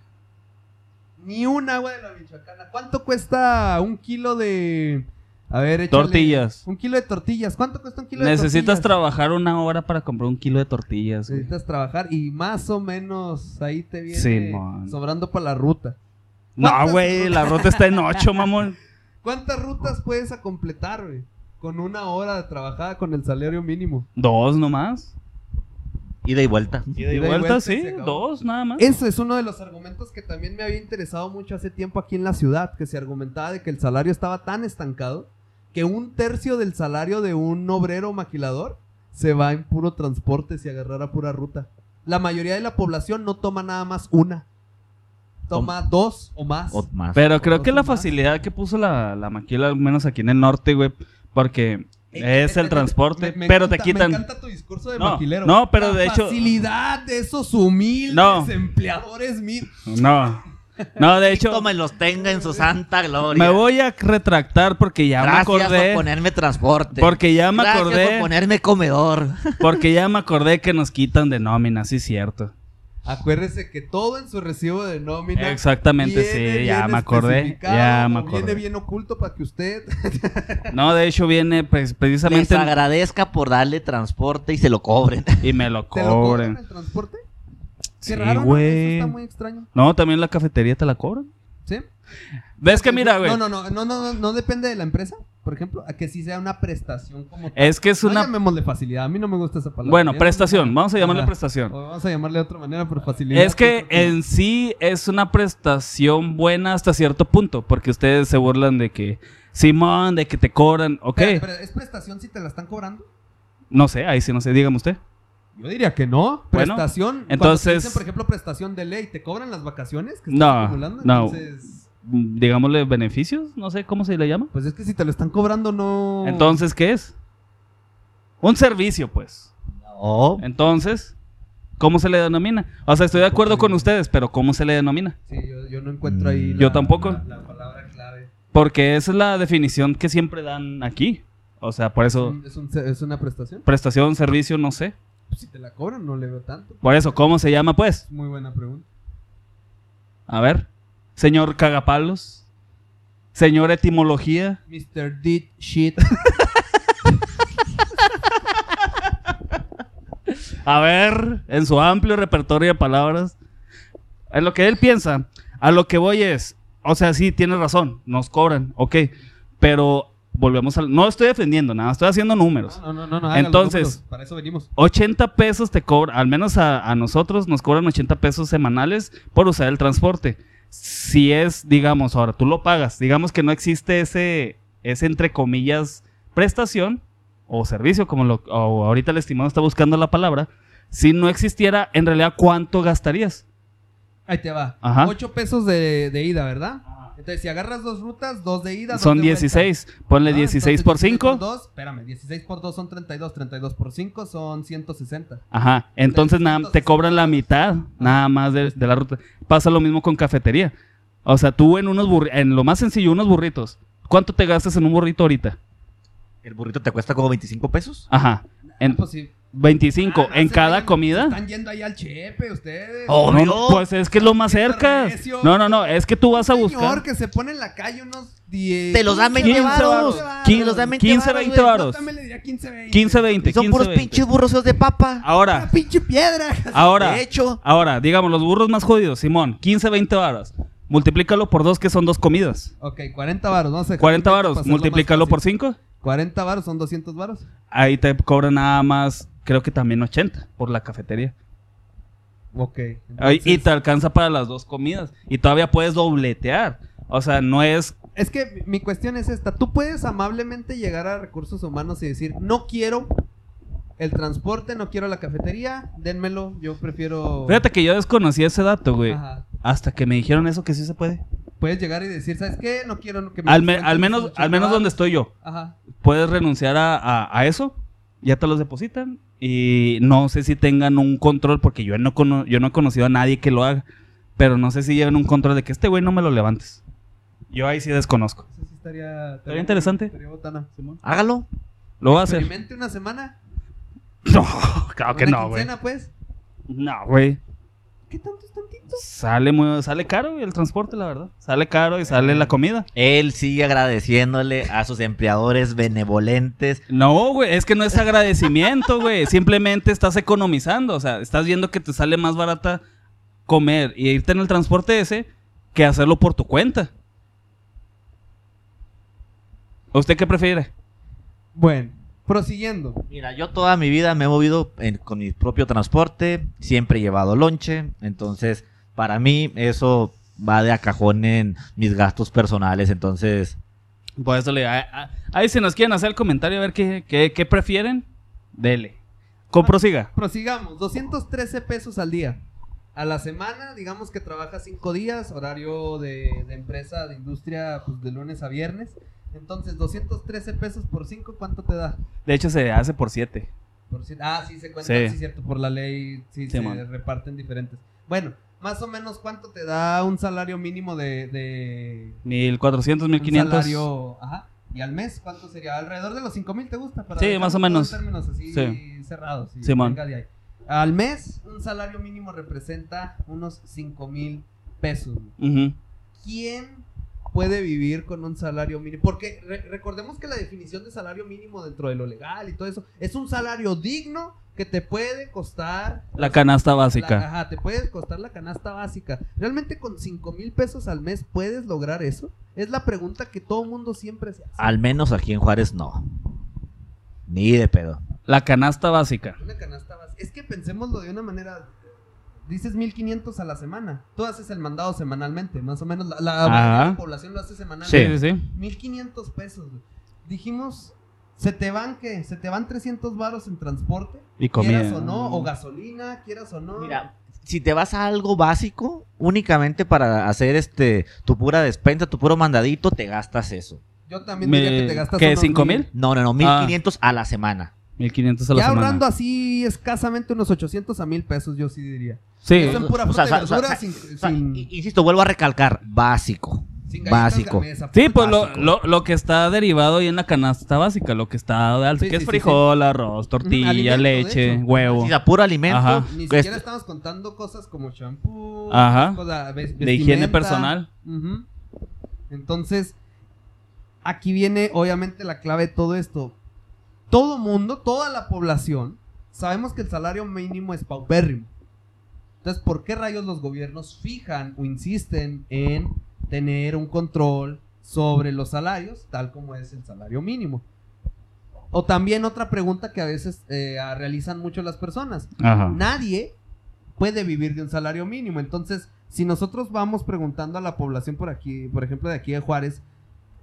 Speaker 3: Ni un agua de la Michoacana. ¿Cuánto cuesta un kilo de. A ver, échale.
Speaker 2: Tortillas.
Speaker 3: Un kilo de tortillas. ¿Cuánto cuesta un kilo
Speaker 2: Necesitas
Speaker 3: de tortillas?
Speaker 2: trabajar una hora para comprar un kilo de tortillas, güey.
Speaker 3: Necesitas trabajar y más o menos ahí te viene
Speaker 2: Simón.
Speaker 3: sobrando para la ruta.
Speaker 2: No,
Speaker 3: ¿Cuántas-
Speaker 2: güey, la ruta está en 8, mamón.
Speaker 3: ¿Cuántas rutas puedes a completar, güey? Con una hora de trabajada con el salario mínimo.
Speaker 2: Dos nomás.
Speaker 1: Ida y vuelta.
Speaker 2: Ida
Speaker 3: y
Speaker 2: y
Speaker 3: vuelta,
Speaker 2: vuelta,
Speaker 3: y
Speaker 2: sí,
Speaker 3: se acabó.
Speaker 2: dos nada más.
Speaker 3: Eso es uno de los argumentos que también me había interesado mucho hace tiempo aquí en la ciudad, que se argumentaba de que el salario estaba tan estancado que un tercio del salario de un obrero maquilador se va en puro transporte si agarrara pura ruta. La mayoría de la población no toma nada más una. Toma dos o más.
Speaker 1: O más.
Speaker 2: Pero creo que
Speaker 3: Dos
Speaker 2: la
Speaker 3: nomás.
Speaker 2: facilidad que puso la, la maquila, al menos aquí en el norte, güey, porque es el transporte,
Speaker 3: Me- me
Speaker 2: pero te
Speaker 3: encanta-
Speaker 2: quitan.
Speaker 3: Me encanta tu discurso de
Speaker 2: No,
Speaker 3: maquilero.
Speaker 2: no, pero
Speaker 3: La
Speaker 2: de hecho-
Speaker 3: facilidad de esos humildes
Speaker 2: No.
Speaker 3: empleadores mil.
Speaker 2: No, no, de hecho,
Speaker 1: Toma y los tenga en su santa gloria.
Speaker 2: me voy a retractar porque ya
Speaker 1: Gracias
Speaker 2: me acordé.
Speaker 1: por ponerme transporte.
Speaker 2: Porque ya me
Speaker 1: Gracias por
Speaker 2: acordé.
Speaker 1: ponerme comedor.
Speaker 2: Porque ya me acordé que nos quitan de nómina, sí, cierto.
Speaker 3: Acuérdese que todo en su recibo de nómina.
Speaker 2: Exactamente,
Speaker 3: viene
Speaker 2: sí,
Speaker 3: bien
Speaker 2: ya me acordé.
Speaker 3: especificado,
Speaker 2: Ya me
Speaker 3: Viene
Speaker 2: acordé.
Speaker 3: bien oculto para que usted.
Speaker 2: No, de hecho, viene pues,
Speaker 1: Les
Speaker 2: precisamente
Speaker 1: agradezca por darle transporte y se lo cobren.
Speaker 2: y me lo
Speaker 3: ¿Te lo cobran
Speaker 2: cobren.
Speaker 3: el transporte? Qué
Speaker 2: Sí,
Speaker 3: raro, ¿no? Eso
Speaker 2: güey.
Speaker 3: está muy extraño.
Speaker 2: No, también la cafetería te la cobran.
Speaker 3: ¿Sí?
Speaker 2: ¿Ves que mira, güey?
Speaker 3: No, no, no, no, no, no, no depende de la empresa, por ejemplo, a que sí sea una prestación como tal.
Speaker 2: Es que es
Speaker 3: No
Speaker 2: una
Speaker 3: llamémosle facilidad, a mí no me gusta esa palabra.
Speaker 2: Bueno,
Speaker 3: Ya no-
Speaker 2: prestación, vamos a llamarle
Speaker 3: Ajá.
Speaker 2: prestación.
Speaker 3: O vamos a llamarle de otra manera por facilidad.
Speaker 2: Es que en sí es una prestación buena hasta cierto punto, porque ustedes se burlan de que Simón, de que te cobran, ok,
Speaker 3: Espera, espera, ¿Es prestación si te la están cobrando?
Speaker 2: no sé, ahí sí no sé, dígame usted.
Speaker 3: Yo diría que no.
Speaker 2: Bueno,
Speaker 3: Prestación. cuando te
Speaker 2: entonces-
Speaker 3: dicen, por ejemplo, prestación de ley, ¿te cobran las vacaciones que
Speaker 2: No,
Speaker 3: estás acumulando?
Speaker 2: no.
Speaker 3: Entonces,
Speaker 2: Mm, Digámosle beneficios, no sé cómo se le llama.
Speaker 3: pues es que si te lo están cobrando, no.
Speaker 2: Entonces, ¿qué es? Un servicio, pues.
Speaker 1: No.
Speaker 2: Entonces, ¿cómo se le denomina? O sea, estoy de acuerdo con ustedes, pero ¿cómo se le denomina?
Speaker 3: Sí, yo, yo no encuentro ahí.
Speaker 2: Mm, Yo tampoco.
Speaker 3: La, la palabra clave.
Speaker 2: Porque esa es la definición que siempre dan aquí. O sea, por eso,
Speaker 3: ¿Es, un- es una prestación?
Speaker 2: prestación, servicio, no sé.
Speaker 3: Pues si te la cobran, no le veo tanto.
Speaker 2: Por eso, ¿cómo se llama, pues?
Speaker 3: Es muy buena pregunta.
Speaker 2: A ver. Señor Cagapalos. Señor Etimología.
Speaker 3: Mr. Did Shit.
Speaker 2: A ver, en su amplio repertorio de palabras. En lo que él piensa, a lo que voy es. O sea, sí, tiene razón. Nos cobran, ok. Pero volvemos al. No estoy defendiendo nada, estoy haciendo números.
Speaker 3: No, no, no, no. hágalo,
Speaker 2: Entonces-
Speaker 3: números, Para eso venimos.
Speaker 2: 80 pesos te cobran, al menos a, a nosotros nos cobran 80 pesos semanales por usar el transporte. Si es, digamos, ahora tú lo pagas, digamos que no existe ese, ese entre comillas, prestación o servicio, como lo, o ahorita el estimado está buscando la palabra, si no existiera, en realidad, ¿cuánto gastarías?
Speaker 3: Ahí te va.
Speaker 2: Ajá.
Speaker 3: 8 pesos de, de ida, ¿verdad? Entonces, si agarras dos rutas, dos de ida, dos
Speaker 2: Son
Speaker 3: de vuelta.
Speaker 2: 16, ponle
Speaker 3: Ah,
Speaker 2: 16
Speaker 3: entonces,
Speaker 2: por
Speaker 3: 16
Speaker 2: 5.
Speaker 3: 2, espérame, 16 por 2 son 32, 32 por 5 son 160.
Speaker 2: Ajá, entonces nada, te cobran la mitad nada más de, de la ruta. Pasa lo mismo con cafetería. O sea, tú en unos burri- en lo más sencillo, unos burritos. ¿Cuánto te gastas en un burrito ahorita?
Speaker 1: El burrito te cuesta como 25 pesos.
Speaker 2: Ajá, en
Speaker 3: Pues sí.
Speaker 2: 25
Speaker 3: Ah, no
Speaker 2: en
Speaker 3: se
Speaker 2: cada
Speaker 3: vayan-
Speaker 2: comida.
Speaker 3: Están yendo ahí al chepe ustedes.
Speaker 1: Oh,
Speaker 2: No,
Speaker 1: Obvio.
Speaker 2: pues es que es lo más cerca.
Speaker 3: Recio.
Speaker 2: No, no, no, es que tú vas a
Speaker 3: señor
Speaker 2: buscar
Speaker 3: que se pone en la calle unos 10
Speaker 1: Te los dan 20
Speaker 2: varos.
Speaker 1: varos. Te los dan 20
Speaker 2: 15,
Speaker 1: varos,
Speaker 2: 20
Speaker 1: güey.
Speaker 2: varos.
Speaker 3: Yo también le diría 15 20.
Speaker 2: 15, 20,
Speaker 1: Son
Speaker 2: 15,
Speaker 1: puros
Speaker 2: 20.
Speaker 1: pinches burrosos de papa.
Speaker 3: Una
Speaker 2: Ahora,
Speaker 3: Ah, pinche piedra.
Speaker 2: ahora,
Speaker 1: De hecho,
Speaker 2: ahora, digamos, los burros más jodidos, Simón, 15, 20 varas. Multiplícalo por dos que son dos comidas.
Speaker 3: Ok, 40 varos, vamos a dejar
Speaker 2: 40
Speaker 3: que
Speaker 2: varos,
Speaker 3: pasarlo pues más
Speaker 2: multiplícalo por
Speaker 3: fácil.
Speaker 2: 5.
Speaker 3: 40 varos son 200 varos.
Speaker 2: Ahí te cobran nada más, creo que también 80 por la cafetería.
Speaker 3: Ok.
Speaker 2: Ay, y
Speaker 3: entonces-
Speaker 2: te alcanza para las dos comidas. Y todavía puedes dobletear. O sea, no es.
Speaker 3: Es que mi- mi cuestión es esta. Tú puedes amablemente llegar a recursos humanos y decir, no quiero el transporte, no quiero la cafetería, dénmelo, yo prefiero...
Speaker 2: Fíjate que yo desconocí ese dato, güey.
Speaker 3: Ajá.
Speaker 2: Hasta que me dijeron eso que sí se puede.
Speaker 3: Puedes llegar y decir, ¿sabes qué? No quiero que me...
Speaker 2: Al, me-
Speaker 3: descuenten
Speaker 2: al
Speaker 3: los
Speaker 2: menos,
Speaker 3: 80
Speaker 2: al menos donde
Speaker 3: varos".
Speaker 2: estoy yo.
Speaker 3: Ajá.
Speaker 2: Puedes renunciar a, a- a eso. Ya te los depositan. Y no sé si tengan un control, porque yo no, cono- yo no he conocido a nadie que lo haga. Pero no sé si llevan un control de que este güey no me lo levantes. Yo ahí sí desconozco.
Speaker 3: Eso sí estaría...
Speaker 2: Estaría interesante.
Speaker 3: estaría botana.
Speaker 1: Hágalo.
Speaker 2: Lo voy a hacer.
Speaker 3: Experimente una semana.
Speaker 2: No, claro que
Speaker 3: una
Speaker 2: no, güey.
Speaker 3: quincena, pues.
Speaker 2: No, güey.
Speaker 3: ¿Qué tantos tantitos?
Speaker 2: pues, Sale muy, sale caro güey, el transporte, la verdad. Sale caro y sale
Speaker 3: Eh.
Speaker 2: la comida.
Speaker 1: Él sigue agradeciéndole a sus empleadores benevolentes.
Speaker 2: No, güey, es que no es agradecimiento, güey. Simplemente estás economizando. O sea, estás viendo que te sale más barata comer y irte en el transporte ese que hacerlo por tu cuenta. ¿Usted qué prefiere?
Speaker 3: Bueno, prosiguiendo.
Speaker 1: Mira, yo toda mi vida me he movido en- con mi propio transporte, siempre he llevado lonche, entonces para mí eso va de a cajón en mis gastos personales, entonces
Speaker 2: Por eso le digo, ah, ah, ahí si nos quieren hacer el comentario a ver qué, qué, qué prefieren, dele.
Speaker 3: Ah.
Speaker 2: Compro siga.
Speaker 3: Prosigamos, 213 pesos al día. A la semana, digamos que trabaja 5 días, horario de, de empresa, de industria, pues de lunes a viernes. Entonces, 213 pesos por 5, ¿cuánto te da?
Speaker 2: De hecho, se hace por siete.
Speaker 3: Por cien- ah, sí, se cuenta,
Speaker 2: Sí.
Speaker 3: sí, cierto, por la ley, sí,
Speaker 2: Sí,
Speaker 3: se
Speaker 2: man.
Speaker 3: reparten diferentes. Bueno, más o menos, ¿cuánto te da un salario mínimo de... de
Speaker 2: 1400,
Speaker 3: un
Speaker 2: 1500.
Speaker 3: salario, ajá, y al mes, ¿cuánto sería? Alrededor de los 5 mil, ¿te gusta? Para
Speaker 2: Sí,
Speaker 3: dejar
Speaker 2: más o
Speaker 3: todos
Speaker 2: menos.
Speaker 3: términos así
Speaker 2: Sí.
Speaker 3: cerrados. y
Speaker 2: Simón.
Speaker 3: venga de ahí. Al mes, un salario mínimo representa unos 5 mil pesos. güey.
Speaker 2: Ujú.
Speaker 3: ¿Quién puede vivir con un salario mínimo? Porque re- recordemos que la definición de salario mínimo dentro de lo legal y todo eso es un salario digno que te puede costar
Speaker 2: La canasta
Speaker 3: la-
Speaker 2: básica.
Speaker 3: ajá, te puede costar la canasta básica. ¿Realmente con 5 mil pesos al mes puedes lograr eso? Es la pregunta que todo mundo siempre se hace.
Speaker 2: Ah.
Speaker 1: al menos aquí en Juárez no. Ni de pedo.
Speaker 2: La canasta básica.
Speaker 3: Una canasta básica. Es que pensemoslo de una manera. Dices 1500 a la semana. Tú haces el mandado semanalmente, más o menos. La, la-
Speaker 2: Ajá.
Speaker 3: la población lo hace
Speaker 2: Sí,
Speaker 3: semanalmente.
Speaker 2: sí, sí.
Speaker 3: 1500 pesos. güey. Dijimos, se te van qué? Se te van 300 varos en transporte.
Speaker 2: Y comida. Mm.
Speaker 3: Quieras o no, o gasolina, quieras o no.
Speaker 1: Mira, si te vas a algo básico, únicamente para hacer este tu pura despensa, tu puro mandadito, te gastas eso.
Speaker 3: yo también
Speaker 2: me-
Speaker 3: diría que te gastas
Speaker 2: ¿qué,
Speaker 3: unos
Speaker 2: 5000?
Speaker 1: No, no, no, 1500 a la semana.
Speaker 2: 1500 a la
Speaker 3: Ya
Speaker 2: semana.
Speaker 3: ahorrando así escasamente unos 800 a 1000 pesos, yo sí diría.
Speaker 2: Sí.
Speaker 3: Eso en pura
Speaker 1: O sea,
Speaker 3: fruta
Speaker 1: sa-
Speaker 3: y
Speaker 1: sa-
Speaker 3: verdura,
Speaker 1: sa-
Speaker 3: sin,
Speaker 1: sa-
Speaker 3: sin-
Speaker 1: i- Insisto, vuelvo a recalcar, básico.
Speaker 3: sin galletas de
Speaker 1: básico.
Speaker 3: mesa,
Speaker 2: Sí,
Speaker 3: puta.
Speaker 2: pues lo,
Speaker 1: Básico.
Speaker 2: lo, lo que está derivado ahí en la canasta básica, lo que está de alto,
Speaker 3: Sí,
Speaker 2: que es
Speaker 3: sí, sí,
Speaker 2: frijol, arroz, tortilla,
Speaker 3: Alimento, de
Speaker 2: leche,
Speaker 3: hecho.
Speaker 2: huevo.
Speaker 1: Si da puro alimento,
Speaker 2: Ajá. Este-
Speaker 3: Ni
Speaker 1: que
Speaker 3: siquiera
Speaker 1: es-
Speaker 3: estamos contando cosas como shampoo,
Speaker 2: Ajá.
Speaker 3: cosas- ves-
Speaker 2: De higiene
Speaker 3: vestimenta.
Speaker 2: personal.
Speaker 3: Ujú. Entonces, aquí viene obviamente la clave de todo esto. Todo mundo, toda la población, sabemos que el salario mínimo es paupérrimo. Entonces, ¿por qué rayos los gobiernos fijan o insisten en tener un control sobre los salarios, tal como es el salario mínimo? O también otra pregunta que a veces eh, ah, realizan mucho las personas
Speaker 2: Ajá.
Speaker 3: nadie puede vivir de un salario mínimo. Entonces, si nosotros vamos preguntando a la población por aquí, por ejemplo, de aquí de Juárez,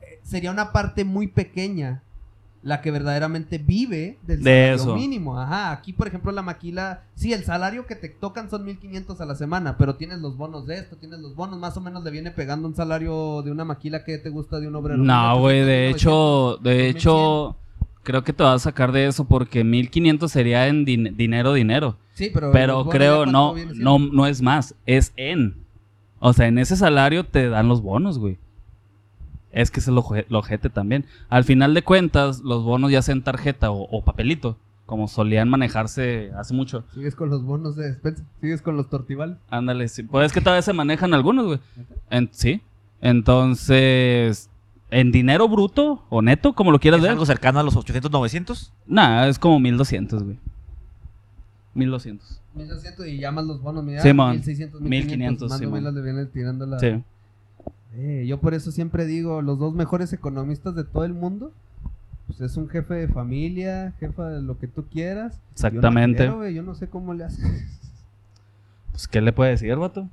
Speaker 3: eh, sería una parte muy pequeña la que verdaderamente vive del
Speaker 2: De
Speaker 3: salario
Speaker 2: eso.
Speaker 3: mínimo. Ajá, aquí por ejemplo la maquila, sí, el salario que te tocan son 1500 a la semana, pero tienes los bonos de esto, tienes los bonos, más o menos le viene pegando un salario de una maquila que te gusta de un obrero.
Speaker 2: No,
Speaker 3: 1800,
Speaker 2: güey, de
Speaker 3: 1900.
Speaker 2: hecho, de
Speaker 3: 2100.
Speaker 2: hecho, creo que te vas a sacar de eso porque 1500 sería en din- dinero, dinero.
Speaker 3: Sí, pero, los
Speaker 2: Pero
Speaker 3: bonos ya
Speaker 2: creo,
Speaker 3: cuánto
Speaker 2: no,
Speaker 3: viene siendo.
Speaker 2: no, no es más, es en. O sea, en ese salario te dan los bonos, güey. Es que ese es lo, oje- lo ojete también. Al final de cuentas, los bonos ya sea en tarjeta o, o papelito, como solían manejarse hace mucho.
Speaker 3: Sigues con los bonos de despensa, sigues con los tortivales.
Speaker 2: Ándale, sí. Pues es que todavía se manejan algunos, güey. En- sí. Entonces, en dinero bruto o neto, como lo quieras
Speaker 1: es
Speaker 2: ver.
Speaker 1: algo cercano a los 800, 900.
Speaker 2: Nah, es como 1200, güey. 1200.
Speaker 3: 1200 y llamas los bonos, mira,
Speaker 2: Simón.
Speaker 3: 1600,
Speaker 2: 1500,
Speaker 3: 1500, más o
Speaker 2: Simón.
Speaker 3: menos le vienen tirando la...
Speaker 2: Sí.
Speaker 3: Eh, yo por eso siempre digo, los dos mejores economistas de todo el mundo pues es un jefe de familia, jefa de lo que tú quieras. Yo no
Speaker 2: Exactamente.
Speaker 3: quiero, güey, Yo no, sé cómo le haces.
Speaker 2: Pues, ¿qué le puede decir, vato?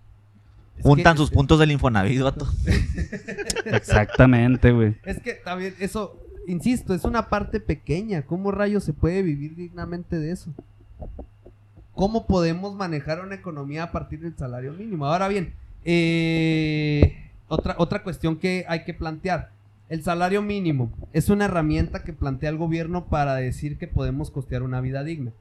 Speaker 3: Es
Speaker 1: Juntan
Speaker 3: que-
Speaker 1: sus puntos del Infonavit, vato.
Speaker 2: Exactamente, güey.
Speaker 3: Es que también eso, insisto, es una parte pequeña. ¿Cómo rayos se puede vivir dignamente de eso? ¿Cómo podemos manejar una economía a partir del salario mínimo? Ahora bien, eh, otra, otra cuestión que hay que plantear. El salario mínimo es una herramienta que plantea el gobierno para decir que podemos costear una vida digna.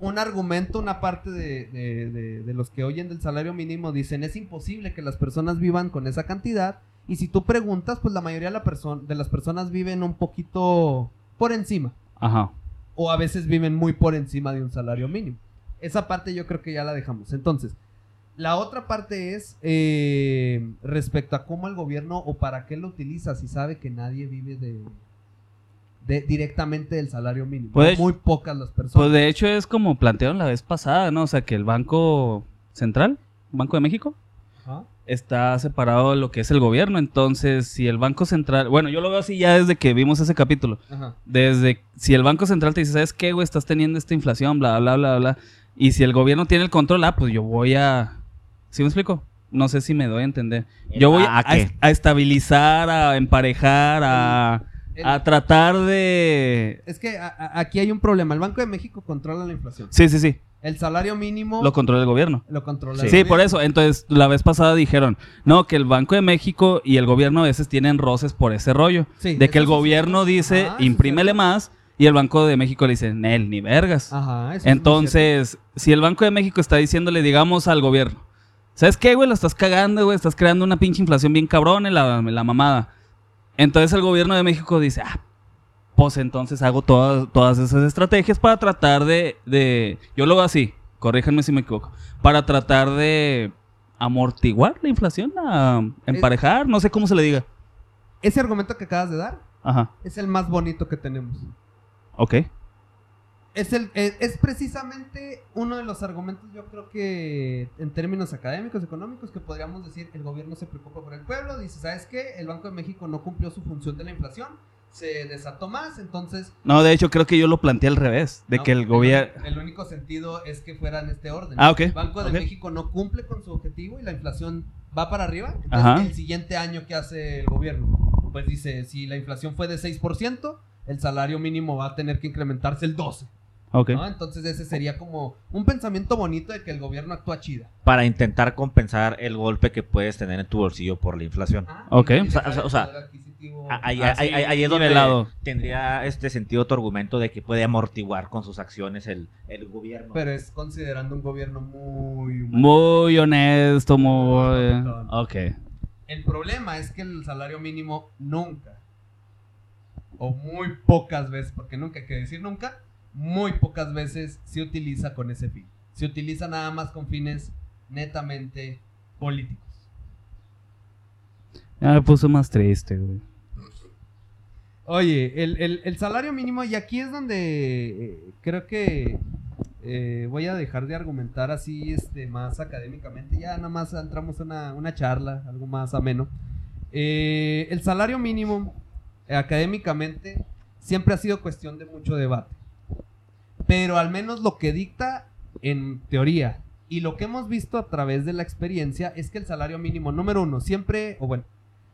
Speaker 3: Un argumento, una parte de, de- de- de los que oyen del salario mínimo dicen es imposible que las personas vivan con esa cantidad y si tú preguntas, pues la mayoría de, la perso- de las personas viven un poquito por encima.
Speaker 2: Ajá.
Speaker 3: O a veces viven muy por encima de un salario mínimo. Esa parte yo creo que ya la dejamos. Entonces, la otra parte es eh, respecto a cómo el gobierno o para qué lo utiliza si sabe que nadie vive de, de- directamente del salario mínimo.
Speaker 2: Pues-
Speaker 3: muy pocas las personas.
Speaker 2: Pues de hecho es como plantearon la vez pasada, ¿no? O sea, que el Banco Central, Banco de México,
Speaker 3: Ajá.
Speaker 2: está separado de lo que es el gobierno. Entonces, si el Banco Central, bueno, yo lo veo así ya desde que vimos ese capítulo.
Speaker 3: Ajá.
Speaker 2: Desde si el Banco Central te dice, ¿sabes qué, güey? Estás teniendo esta inflación, bla, bla, bla, bla. Y si el gobierno tiene el control, ah, pues yo voy a. ¿Sí me explico? No sé si me doy a entender. Yo voy
Speaker 1: ¿A
Speaker 2: a,
Speaker 1: qué?
Speaker 2: a estabilizar, a emparejar, a,
Speaker 3: El-
Speaker 2: a tratar de.
Speaker 3: es que a- a- aquí hay un problema. El Banco de México controla la inflación.
Speaker 2: Sí, sí, sí.
Speaker 3: El salario mínimo
Speaker 2: Lo
Speaker 3: lo,
Speaker 2: controla el gobierno.
Speaker 3: controla
Speaker 2: Sí,
Speaker 3: el
Speaker 2: por
Speaker 3: gobierno.
Speaker 2: eso. Entonces, la vez pasada dijeron, no, que el Banco de México y el gobierno a veces tienen roces por ese rollo.
Speaker 3: Sí,
Speaker 2: De que el
Speaker 3: eso sí.
Speaker 2: gobierno dice,
Speaker 3: Ajá, eso es
Speaker 2: imprímele
Speaker 3: cierto.
Speaker 2: más, y el Banco de México le dice, Nel, ni vergas.
Speaker 3: Ajá, eso es muy
Speaker 2: Entonces, si el Banco de México está diciéndole, digamos, al gobierno, ¿sabes qué, güey? La estás cagando, güey, estás creando una pinche inflación bien cabrón en la, en la mamada. Entonces el gobierno de México dice, ah, pues entonces hago todas, todas esas estrategias para tratar de, de- Yo lo veo así, corríjanme si me equivoco. Para tratar de amortiguar la inflación, a emparejar, no sé cómo se le diga.
Speaker 3: Ese argumento que acabas de dar
Speaker 2: Ajá,
Speaker 3: es el más bonito que tenemos.
Speaker 2: ok.
Speaker 3: Es, el, es, es precisamente uno de los argumentos, yo creo que en términos académicos, económicos, que podríamos decir el gobierno se preocupa por el pueblo, dice, ¿sabes qué? El Banco de México no cumplió su función de la inflación, se desató más, entonces...
Speaker 2: No, de hecho creo que yo lo planteé al revés, de
Speaker 3: No,
Speaker 2: que el gobierno...
Speaker 3: El único sentido es que fuera en este orden.
Speaker 2: Ah, ok.
Speaker 3: El Banco de
Speaker 2: ok.
Speaker 3: México no cumple con su objetivo y la inflación va para arriba. Entonces,
Speaker 2: Ajá.
Speaker 3: el siguiente año que hace el gobierno, pues dice, si la inflación fue de 6%, el salario mínimo va a tener que incrementarse el 12%.
Speaker 2: Ok.
Speaker 3: ¿no? Entonces ese sería como un pensamiento bonito de que el gobierno actúa chida.
Speaker 1: Para intentar compensar el golpe que puedes tener en tu bolsillo por la inflación.
Speaker 3: Ah,
Speaker 2: Ok.
Speaker 3: y
Speaker 1: O sea,
Speaker 3: dejar
Speaker 1: o
Speaker 3: el
Speaker 1: sea,
Speaker 3: poder adquisitivo.
Speaker 1: Ah, Ahí,
Speaker 2: Ah,
Speaker 1: ahí-
Speaker 2: sí,
Speaker 1: ahí- ahí es donde
Speaker 2: nivelado.
Speaker 1: tendría este sentido tu argumento de que puede amortiguar con sus acciones el, el gobierno.
Speaker 3: Pero es considerando un gobierno muy
Speaker 2: Mm,
Speaker 3: humano.
Speaker 2: Muy honesto, muy... eh, Ok.
Speaker 3: El problema es que el salario mínimo nunca, o muy pocas veces, porque nunca hay que decir nunca, muy pocas veces se utiliza con ese fin. Se utiliza nada más con fines netamente políticos.
Speaker 2: Ya me puso más triste, güey.
Speaker 3: Oye, el, el- el salario mínimo, y aquí es donde eh, creo que eh, voy a dejar de argumentar así este, más académicamente. Ya nada más entramos a una, una charla, algo más ameno. Eh, el salario mínimo, eh, académicamente, siempre ha sido cuestión de mucho debate. Pero al menos lo que dicta en teoría y lo que hemos visto a través de la experiencia es que el salario mínimo, número uno, siempre, o bueno,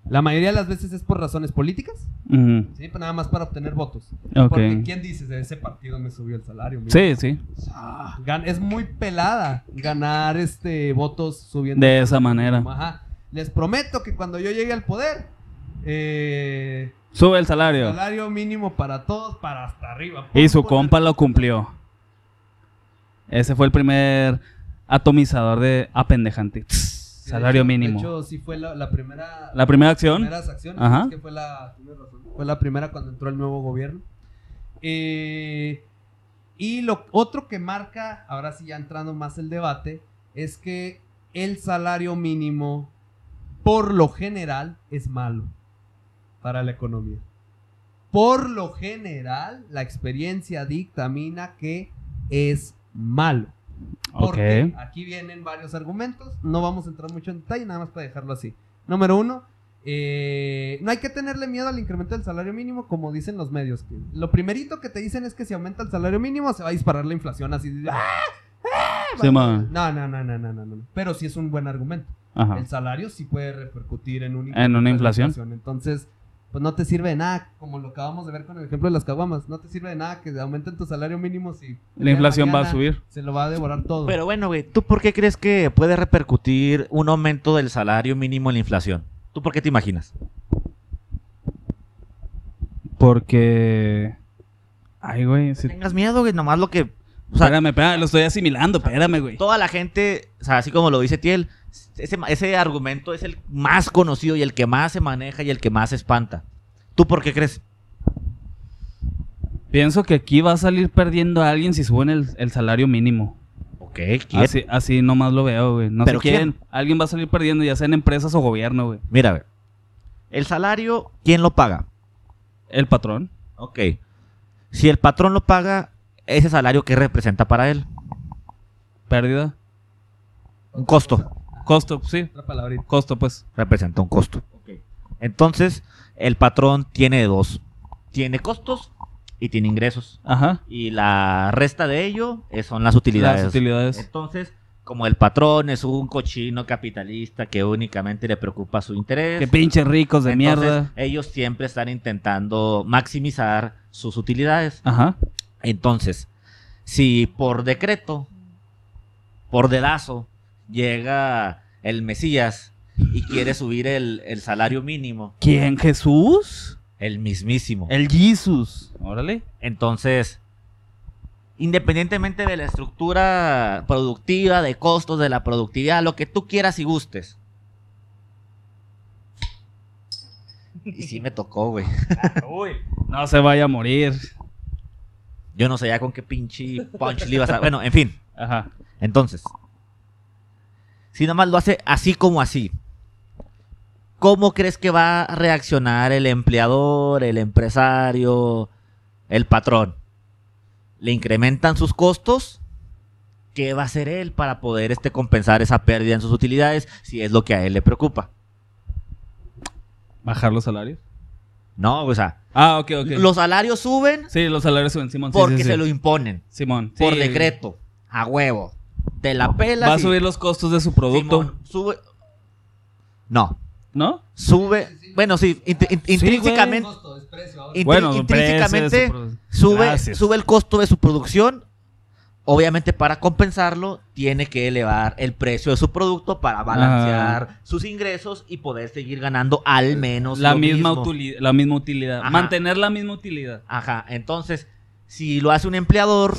Speaker 3: la mayoría de las veces es por razones políticas.
Speaker 2: Ujú,
Speaker 3: Sí, pero nada más para obtener votos. Porque
Speaker 2: Mm, Ok.
Speaker 3: ¿quién dice de ese partido me subió el salario? mira"?
Speaker 2: Sí, sí.
Speaker 3: Ah, gan- es muy pelada ganar este votos subiendo.
Speaker 2: De esa manera.
Speaker 3: Ajá. Les prometo que cuando yo llegue al poder, eh,
Speaker 2: Sube el salario.
Speaker 3: salario mínimo para todos, para hasta arriba.
Speaker 2: Y su
Speaker 3: Pon-
Speaker 2: compa lo cumplió. Ese fue el primer atomizador de apendejante.
Speaker 3: Sí, de
Speaker 2: Salario
Speaker 3: hecho-
Speaker 2: mínimo.
Speaker 3: De hecho, sí fue la, la primera.
Speaker 2: La primera acción.
Speaker 3: primeras acciones,
Speaker 2: Ajá.
Speaker 3: es que fue la, tienes razón, fue la primera cuando entró el nuevo gobierno. Eh, y lo otro que marca, ahora sí ya entrando más el debate, es que el salario mínimo, por lo general, es malo para la economía. Por lo general, la experiencia dictamina que es malo. Porque
Speaker 2: Ok.
Speaker 3: aquí vienen varios argumentos. No vamos a entrar mucho en detalle, nada más para dejarlo así. Número uno, Eh, no hay que tenerle miedo al incremento del salario mínimo, como dicen los medios. que Lo primerito que te dicen es que si aumenta el salario mínimo se va a disparar la inflación así. ¡ah! ¡ah!
Speaker 2: Sí, ma.
Speaker 3: No, no, no, no, no, no, no. Pero sí es un buen argumento.
Speaker 2: Ajá.
Speaker 3: El salario sí puede repercutir en, un
Speaker 2: Ah. una
Speaker 3: incremento de la
Speaker 2: inflación.
Speaker 3: Entonces, pues no te sirve de nada, como lo acabamos de ver con el ejemplo de las caguamas. No te sirve de nada que aumenten tu salario mínimo si el día de
Speaker 2: inflación va a
Speaker 3: mañana
Speaker 2: subir.
Speaker 3: Se lo va a devorar todo.
Speaker 1: Pero bueno, güey, ¿tú por qué crees que puede repercutir un aumento del salario mínimo en la inflación? ¿Tú por qué te imaginas?
Speaker 2: Porque. Ay, güey. sí.
Speaker 1: No tengas miedo, güey, nomás lo que... O sea,
Speaker 2: Espérame, espérame, lo estoy asimilando, espérame, güey.
Speaker 1: toda la gente, o sea, así como lo dice Tiel, ese, ese argumento es el más conocido y el que más se maneja y el que más espanta. ¿Tú por qué crees?
Speaker 2: Pienso que aquí va a salir perdiendo a alguien si suben el, el salario mínimo.
Speaker 1: Ok, ¿quién?
Speaker 2: Así, así nomás lo veo, güey. No
Speaker 1: ¿Pero
Speaker 2: sé quién. Alguien va a salir perdiendo, ya sean empresas o gobierno, güey.
Speaker 1: Mira, a ver. El salario, ¿quién lo paga?
Speaker 2: El patrón.
Speaker 1: Ok. Si el patrón lo paga, ese salario, ¿qué representa para él?
Speaker 2: Pérdida.
Speaker 1: Un costo.
Speaker 2: Costo, sí.
Speaker 3: Otra palabrita.
Speaker 2: Costo, pues.
Speaker 1: Representa un costo. Entonces, el patrón tiene dos. Tiene costos y tiene ingresos.
Speaker 2: Ajá.
Speaker 1: Y la resta de ello eh, son las utilidades.
Speaker 2: Las utilidades.
Speaker 1: Entonces, como el patrón es un cochino capitalista que únicamente le preocupa su interés.
Speaker 2: Qué pinches ricos de
Speaker 1: entonces,
Speaker 2: mierda.
Speaker 1: Ellos siempre están intentando maximizar sus utilidades.
Speaker 2: Ajá.
Speaker 1: Entonces, si por decreto, por dedazo, llega el Mesías y quiere subir el, el salario mínimo,
Speaker 2: ¿Quién? ¿Jesús?
Speaker 1: el mismísimo.
Speaker 2: El Jesus. Órale.
Speaker 1: Entonces, independientemente de la estructura productiva, de costos, de la productividad, lo que tú quieras y gustes. Y sí me tocó, güey.
Speaker 2: No se vaya a morir.
Speaker 1: Yo no sé ya con qué pinche punch le ibas a... Bueno, en fin.
Speaker 2: Ajá.
Speaker 1: Entonces, si nada más lo hace así como así, ¿cómo crees que va a reaccionar el empleador, el empresario, el patrón? ¿Le incrementan sus costos? ¿Qué va a hacer él para poder este, compensar esa pérdida en sus utilidades si es lo que a él le preocupa?
Speaker 2: Bajar los salarios.
Speaker 1: No, o sea,
Speaker 2: Ah, ok, ok.
Speaker 1: los salarios suben
Speaker 2: Sí, los salarios suben, Simón. sí,
Speaker 1: porque
Speaker 2: sí, sí.
Speaker 1: se lo imponen
Speaker 2: Simón.
Speaker 1: por
Speaker 2: sí.
Speaker 1: decreto, a huevo. Te la pelas.
Speaker 2: Va a
Speaker 1: y-
Speaker 2: subir los costos de su producto.
Speaker 1: Simón, sube. No,
Speaker 2: ¿No?
Speaker 1: sube, bueno, sí, int- int- intrínsecamente,
Speaker 3: Costo, es precio ahora.
Speaker 1: Intri-
Speaker 2: precio de
Speaker 1: intrínsecamente
Speaker 2: su producto.
Speaker 1: sube,
Speaker 2: Gracias.
Speaker 1: sube el costo de su producción. Obviamente para compensarlo tiene que elevar el precio de su producto para balancear sus ingresos y poder seguir ganando al menos
Speaker 2: la
Speaker 1: lo
Speaker 2: misma,
Speaker 1: mismo.
Speaker 2: utili- la misma utilidad.
Speaker 1: Ajá.
Speaker 2: Mantener la misma utilidad.
Speaker 1: Ajá, entonces si lo hace un empleador,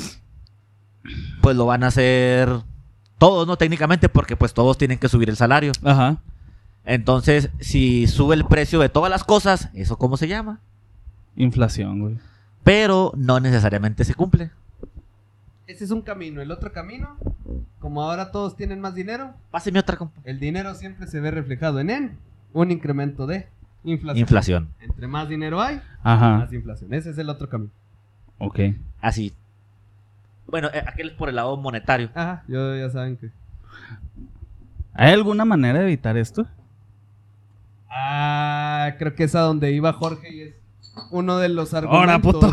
Speaker 1: pues lo van a hacer todos, ¿no? Técnicamente porque pues todos tienen que subir el salario.
Speaker 2: Ajá.
Speaker 1: Entonces si sube el precio de todas las cosas, ¿eso cómo se llama?
Speaker 2: Inflación, güey.
Speaker 1: pero no necesariamente se cumple.
Speaker 3: Ese es un camino. El otro camino, como ahora todos tienen más dinero,
Speaker 1: Páseme otra compa.
Speaker 3: el dinero siempre se ve reflejado en él. Un incremento de inflación.
Speaker 1: Inflación.
Speaker 3: Entre más dinero hay,
Speaker 2: Ajá.
Speaker 3: más inflación. Ese es el otro camino.
Speaker 2: Ok.
Speaker 1: Así. Ah, Bueno, eh, aquel es por el lado monetario.
Speaker 3: Ajá, yo ya saben que.
Speaker 2: ¿Hay alguna manera de evitar esto?
Speaker 3: Ah, creo que es a donde iba Jorge y es uno de los argumentos.
Speaker 2: Ahora, puto.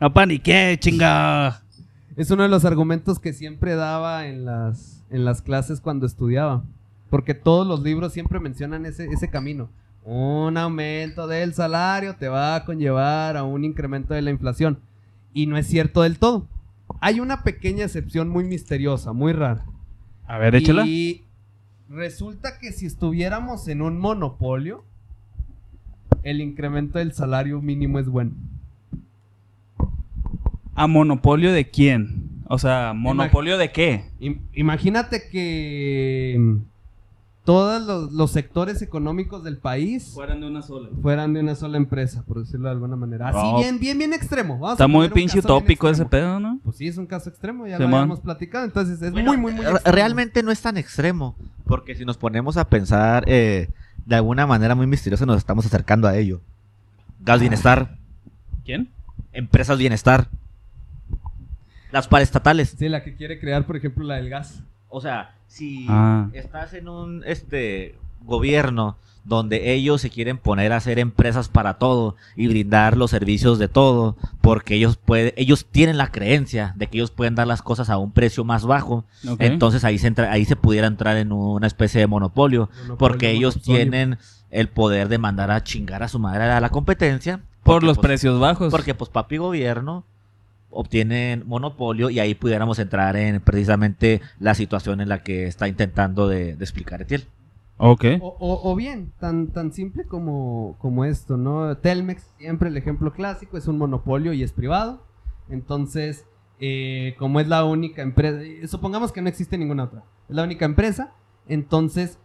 Speaker 2: No paniqué, chinga.
Speaker 3: Es uno de los argumentos que siempre daba en las, en las clases cuando estudiaba. Porque todos los libros siempre mencionan ese, ese camino. Un aumento del salario te va a conllevar a un incremento de la inflación. Y no es cierto del todo. Hay una pequeña excepción muy misteriosa, muy rara.
Speaker 2: A ver, échala.
Speaker 3: Y resulta que si estuviéramos en un monopolio, el incremento del salario mínimo es bueno.
Speaker 2: ¿A monopolio de quién? O sea, ¿monopolio de qué?
Speaker 3: Im- Imagínate que mm, todos los, los sectores económicos del país
Speaker 2: Fueran de una sola.
Speaker 3: fueran de una sola empresa, por decirlo de alguna manera. Así
Speaker 2: No.
Speaker 3: bien, bien, bien extremo. Vamos a
Speaker 2: Está muy
Speaker 3: poner un
Speaker 2: pinche
Speaker 3: caso bien
Speaker 2: utópico ese
Speaker 3: extremo.
Speaker 2: pedo, ¿no?
Speaker 3: Pues sí, es un caso extremo, ya lo
Speaker 2: Simón.
Speaker 3: habíamos platicado. Entonces es
Speaker 1: Bueno,
Speaker 3: muy, muy, muy
Speaker 1: re-
Speaker 3: extremo.
Speaker 1: Realmente no es tan extremo, porque si nos ponemos a pensar, eh, de alguna manera muy misteriosa nos estamos acercando a ello. Gas Bienestar,
Speaker 2: ¿Quién?
Speaker 1: Empresas Bienestar, las paraestatales.
Speaker 3: Sí, la que quiere crear, por ejemplo, la del gas.
Speaker 1: O sea, si
Speaker 2: Ah.
Speaker 1: estás en un este gobierno donde ellos se quieren poner a hacer empresas para todo y brindar los servicios de todo, porque ellos puede, ellos tienen la creencia de que ellos pueden dar las cosas a un precio más bajo,
Speaker 2: Ok.
Speaker 1: entonces ahí se entra- ahí se pudiera entrar en una especie de monopolio,
Speaker 3: Monopolio,
Speaker 1: porque ellos
Speaker 3: monopolio.
Speaker 1: tienen el poder de mandar a chingar a su madre a la competencia
Speaker 2: por
Speaker 1: porque,
Speaker 2: los
Speaker 1: pues,
Speaker 2: precios bajos.
Speaker 1: porque pues papi gobierno obtienen monopolio y ahí pudiéramos entrar en precisamente la situación en la que está intentando de, de explicar Etiel.
Speaker 2: Ok.
Speaker 3: O, o- o bien, tan, tan simple como, como esto, ¿no? Telmex, siempre el ejemplo clásico, es un monopolio y es privado. Entonces, eh, como es la única empresa, eh, supongamos que no existe ninguna otra, es la única empresa, entonces,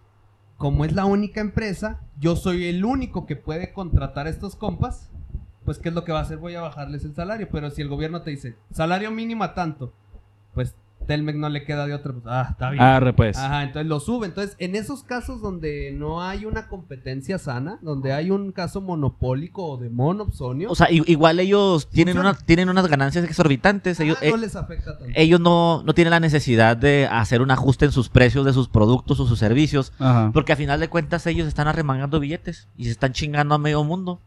Speaker 3: como es la única empresa, yo soy el único que puede contratar a estos compas, pues ¿qué es lo que va a hacer? Voy a bajarles el salario, pero si el gobierno te dice, salario mínimo a tanto, pues Telmex no le queda de otra, pues, ah, está bien.
Speaker 2: Arre, pues.
Speaker 3: Ajá, entonces lo sube. Entonces, en esos casos donde no hay una competencia sana, donde hay un caso monopólico o de monopsonio,
Speaker 1: O sea, i- igual ellos tienen,
Speaker 3: Funciona.
Speaker 1: una, tienen unas ganancias exorbitantes, ellos,
Speaker 3: ah,
Speaker 1: eh,
Speaker 3: no les afecta tanto.
Speaker 1: ellos no, no tienen la necesidad de hacer un ajuste en sus precios de sus productos o sus servicios,
Speaker 2: Ajá.
Speaker 1: porque a final de cuentas ellos están arremangando billetes y se están chingando a medio mundo.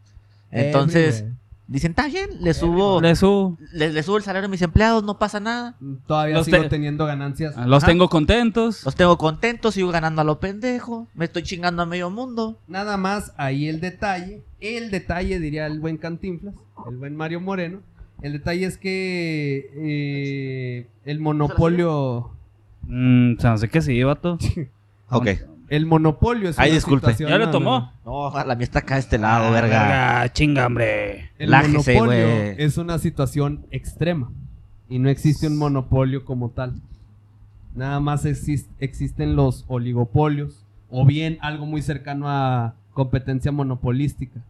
Speaker 3: Eh,
Speaker 1: Entonces,
Speaker 3: mire,
Speaker 1: dicen, está bien, le subo,
Speaker 2: Le subo.
Speaker 1: le- le subo el salario a mis empleados, no pasa nada.
Speaker 3: todavía
Speaker 2: los
Speaker 3: sigo
Speaker 2: te-
Speaker 3: teniendo ganancias.
Speaker 2: Los
Speaker 1: Ajá.
Speaker 2: tengo contentos.
Speaker 1: Los tengo contentos, sigo ganando a lo pendejo, me estoy chingando a medio mundo.
Speaker 3: Nada más ahí el detalle, el detalle diría el buen Cantinflas, el buen Mario Moreno. El detalle es que eh, el monopolio,
Speaker 2: Mm, se me hace que sí, vato.
Speaker 1: Ok.
Speaker 3: el monopolio es
Speaker 1: Ay,
Speaker 3: una
Speaker 1: disculpe.
Speaker 3: situación-
Speaker 2: ¿Ya lo
Speaker 3: no,
Speaker 2: tomó?
Speaker 3: no, no.
Speaker 1: No, la mía está acá de este lado,
Speaker 3: Ah,
Speaker 1: verga.
Speaker 2: Verga, chinga, hombre.
Speaker 3: El
Speaker 1: Lájese,
Speaker 3: monopolio
Speaker 1: güey.
Speaker 3: es una situación extrema y no existe un monopolio como tal. Nada más exis- existen los oligopolios o bien algo muy cercano a competencia monopolística.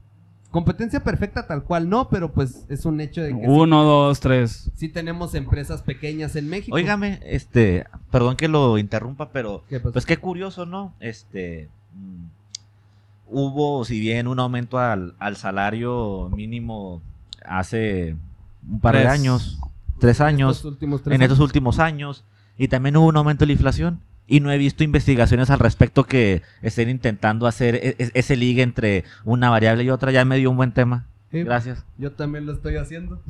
Speaker 3: Competencia perfecta tal cual no, pero pues es un hecho de que sí,
Speaker 2: Uno, dos, tres.
Speaker 3: sí tenemos empresas pequeñas en México.
Speaker 1: Óigame, este, perdón que lo interrumpa, pero
Speaker 3: ¿Qué pasó?
Speaker 1: pues qué curioso, ¿no? Este, mm, hubo, si bien un aumento al, al salario mínimo hace un par de
Speaker 2: Tres.
Speaker 1: años, tres
Speaker 3: En
Speaker 1: años,
Speaker 3: estos últimos tres
Speaker 1: en estos
Speaker 3: años.
Speaker 1: últimos años, y también hubo un aumento de la inflación. Y no he visto investigaciones al respecto que estén intentando hacer e- e- ese ligue entre una variable y otra. Ya me dio un buen tema.
Speaker 3: Sí,
Speaker 1: Gracias.
Speaker 3: eh, Yo también lo estoy haciendo.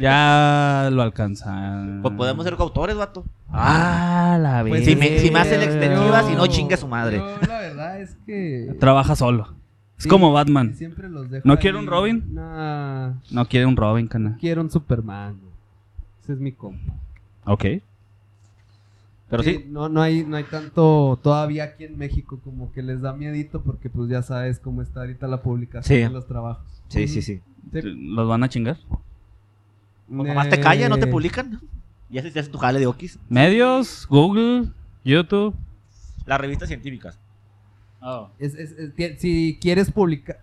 Speaker 2: Ya lo alcanzan.
Speaker 1: Pues podemos ser coautores, vato.
Speaker 2: Ah, la vida.
Speaker 1: Pues si me- si me hace la extensiva, si no, chinga su madre.
Speaker 3: eh, Yo, la verdad es que
Speaker 2: Trabaja solo. Es
Speaker 3: Sí.
Speaker 2: como Batman.
Speaker 3: siempre los dejo
Speaker 2: ¿No
Speaker 3: ahí.
Speaker 2: quiere un Robin?
Speaker 3: Nah.
Speaker 2: No quiere un Robin, cana.
Speaker 3: Quiero un Superman. güey. Ese es mi compa.
Speaker 2: Ok.
Speaker 1: Pero
Speaker 3: Que
Speaker 1: sí,
Speaker 3: No, no, hay, no hay tanto todavía aquí en México como que les da miedito porque pues ya sabes cómo está ahorita la publicación
Speaker 1: Sí.
Speaker 3: de los trabajos.
Speaker 1: sí, sí, sí.
Speaker 3: Sí.
Speaker 2: ¿Los van a chingar?
Speaker 3: Pues,
Speaker 1: O Pues nomás te calla, no te
Speaker 3: Eh,
Speaker 1: publican. Ya se te hace tu jale de okis.
Speaker 2: Medios, Google, YouTube.
Speaker 1: Las revistas científicas.
Speaker 2: Oh.
Speaker 3: es- es- es- ti- si quieres publicar...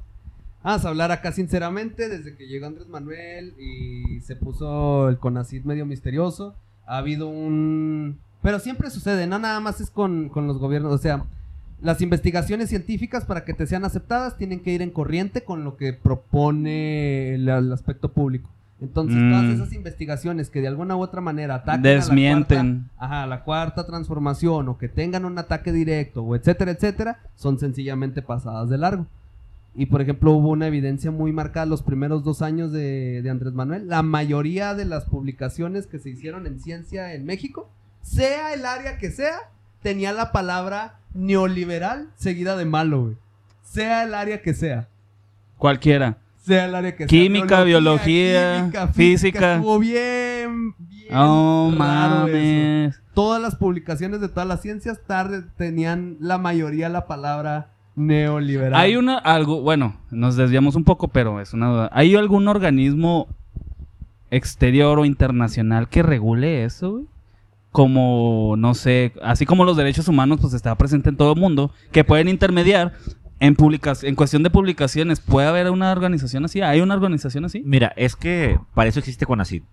Speaker 3: Vamos a hablar acá sinceramente, desde que llegó Andrés Manuel y se puso el CONACID medio misterioso, ha habido un... Pero siempre sucede, no nada más es con, con los gobiernos, o sea, las investigaciones científicas para que te sean aceptadas tienen que ir en corriente con lo que propone el, el aspecto público. Entonces,
Speaker 2: Mm.
Speaker 3: todas esas investigaciones que de alguna u otra manera atacan a la cuarta,
Speaker 2: Desmienten.
Speaker 3: ajá, a la cuarta transformación o que tengan un ataque directo o etcétera, etcétera, son sencillamente pasadas de largo. Y por ejemplo, hubo una evidencia muy marcada los primeros dos años de, de Andrés Manuel. La mayoría de las publicaciones que se hicieron en ciencia en México, sea el área que sea, tenía la palabra neoliberal seguida de malo, güey. Sea el área que sea.
Speaker 2: Cualquiera.
Speaker 3: Sea el área que sea.
Speaker 2: Química, biología, física.
Speaker 3: Estuvo bien, bien.
Speaker 2: Oh,
Speaker 3: raro eso.
Speaker 2: mames.
Speaker 3: Todas las publicaciones de todas las ciencias tarde tenían la mayoría la palabra neoliberal.
Speaker 2: Hay una, algo, bueno, nos desviamos un poco, pero es una duda. ¿Hay algún organismo exterior o internacional que regule eso, güey? Como, no sé, así como los derechos humanos, pues está presente en todo el mundo, que pueden intermediar en, publica- en cuestión de publicaciones. ¿Puede haber una organización así? ¿Hay una organización así?
Speaker 1: Mira, es que para eso existe Conacyt.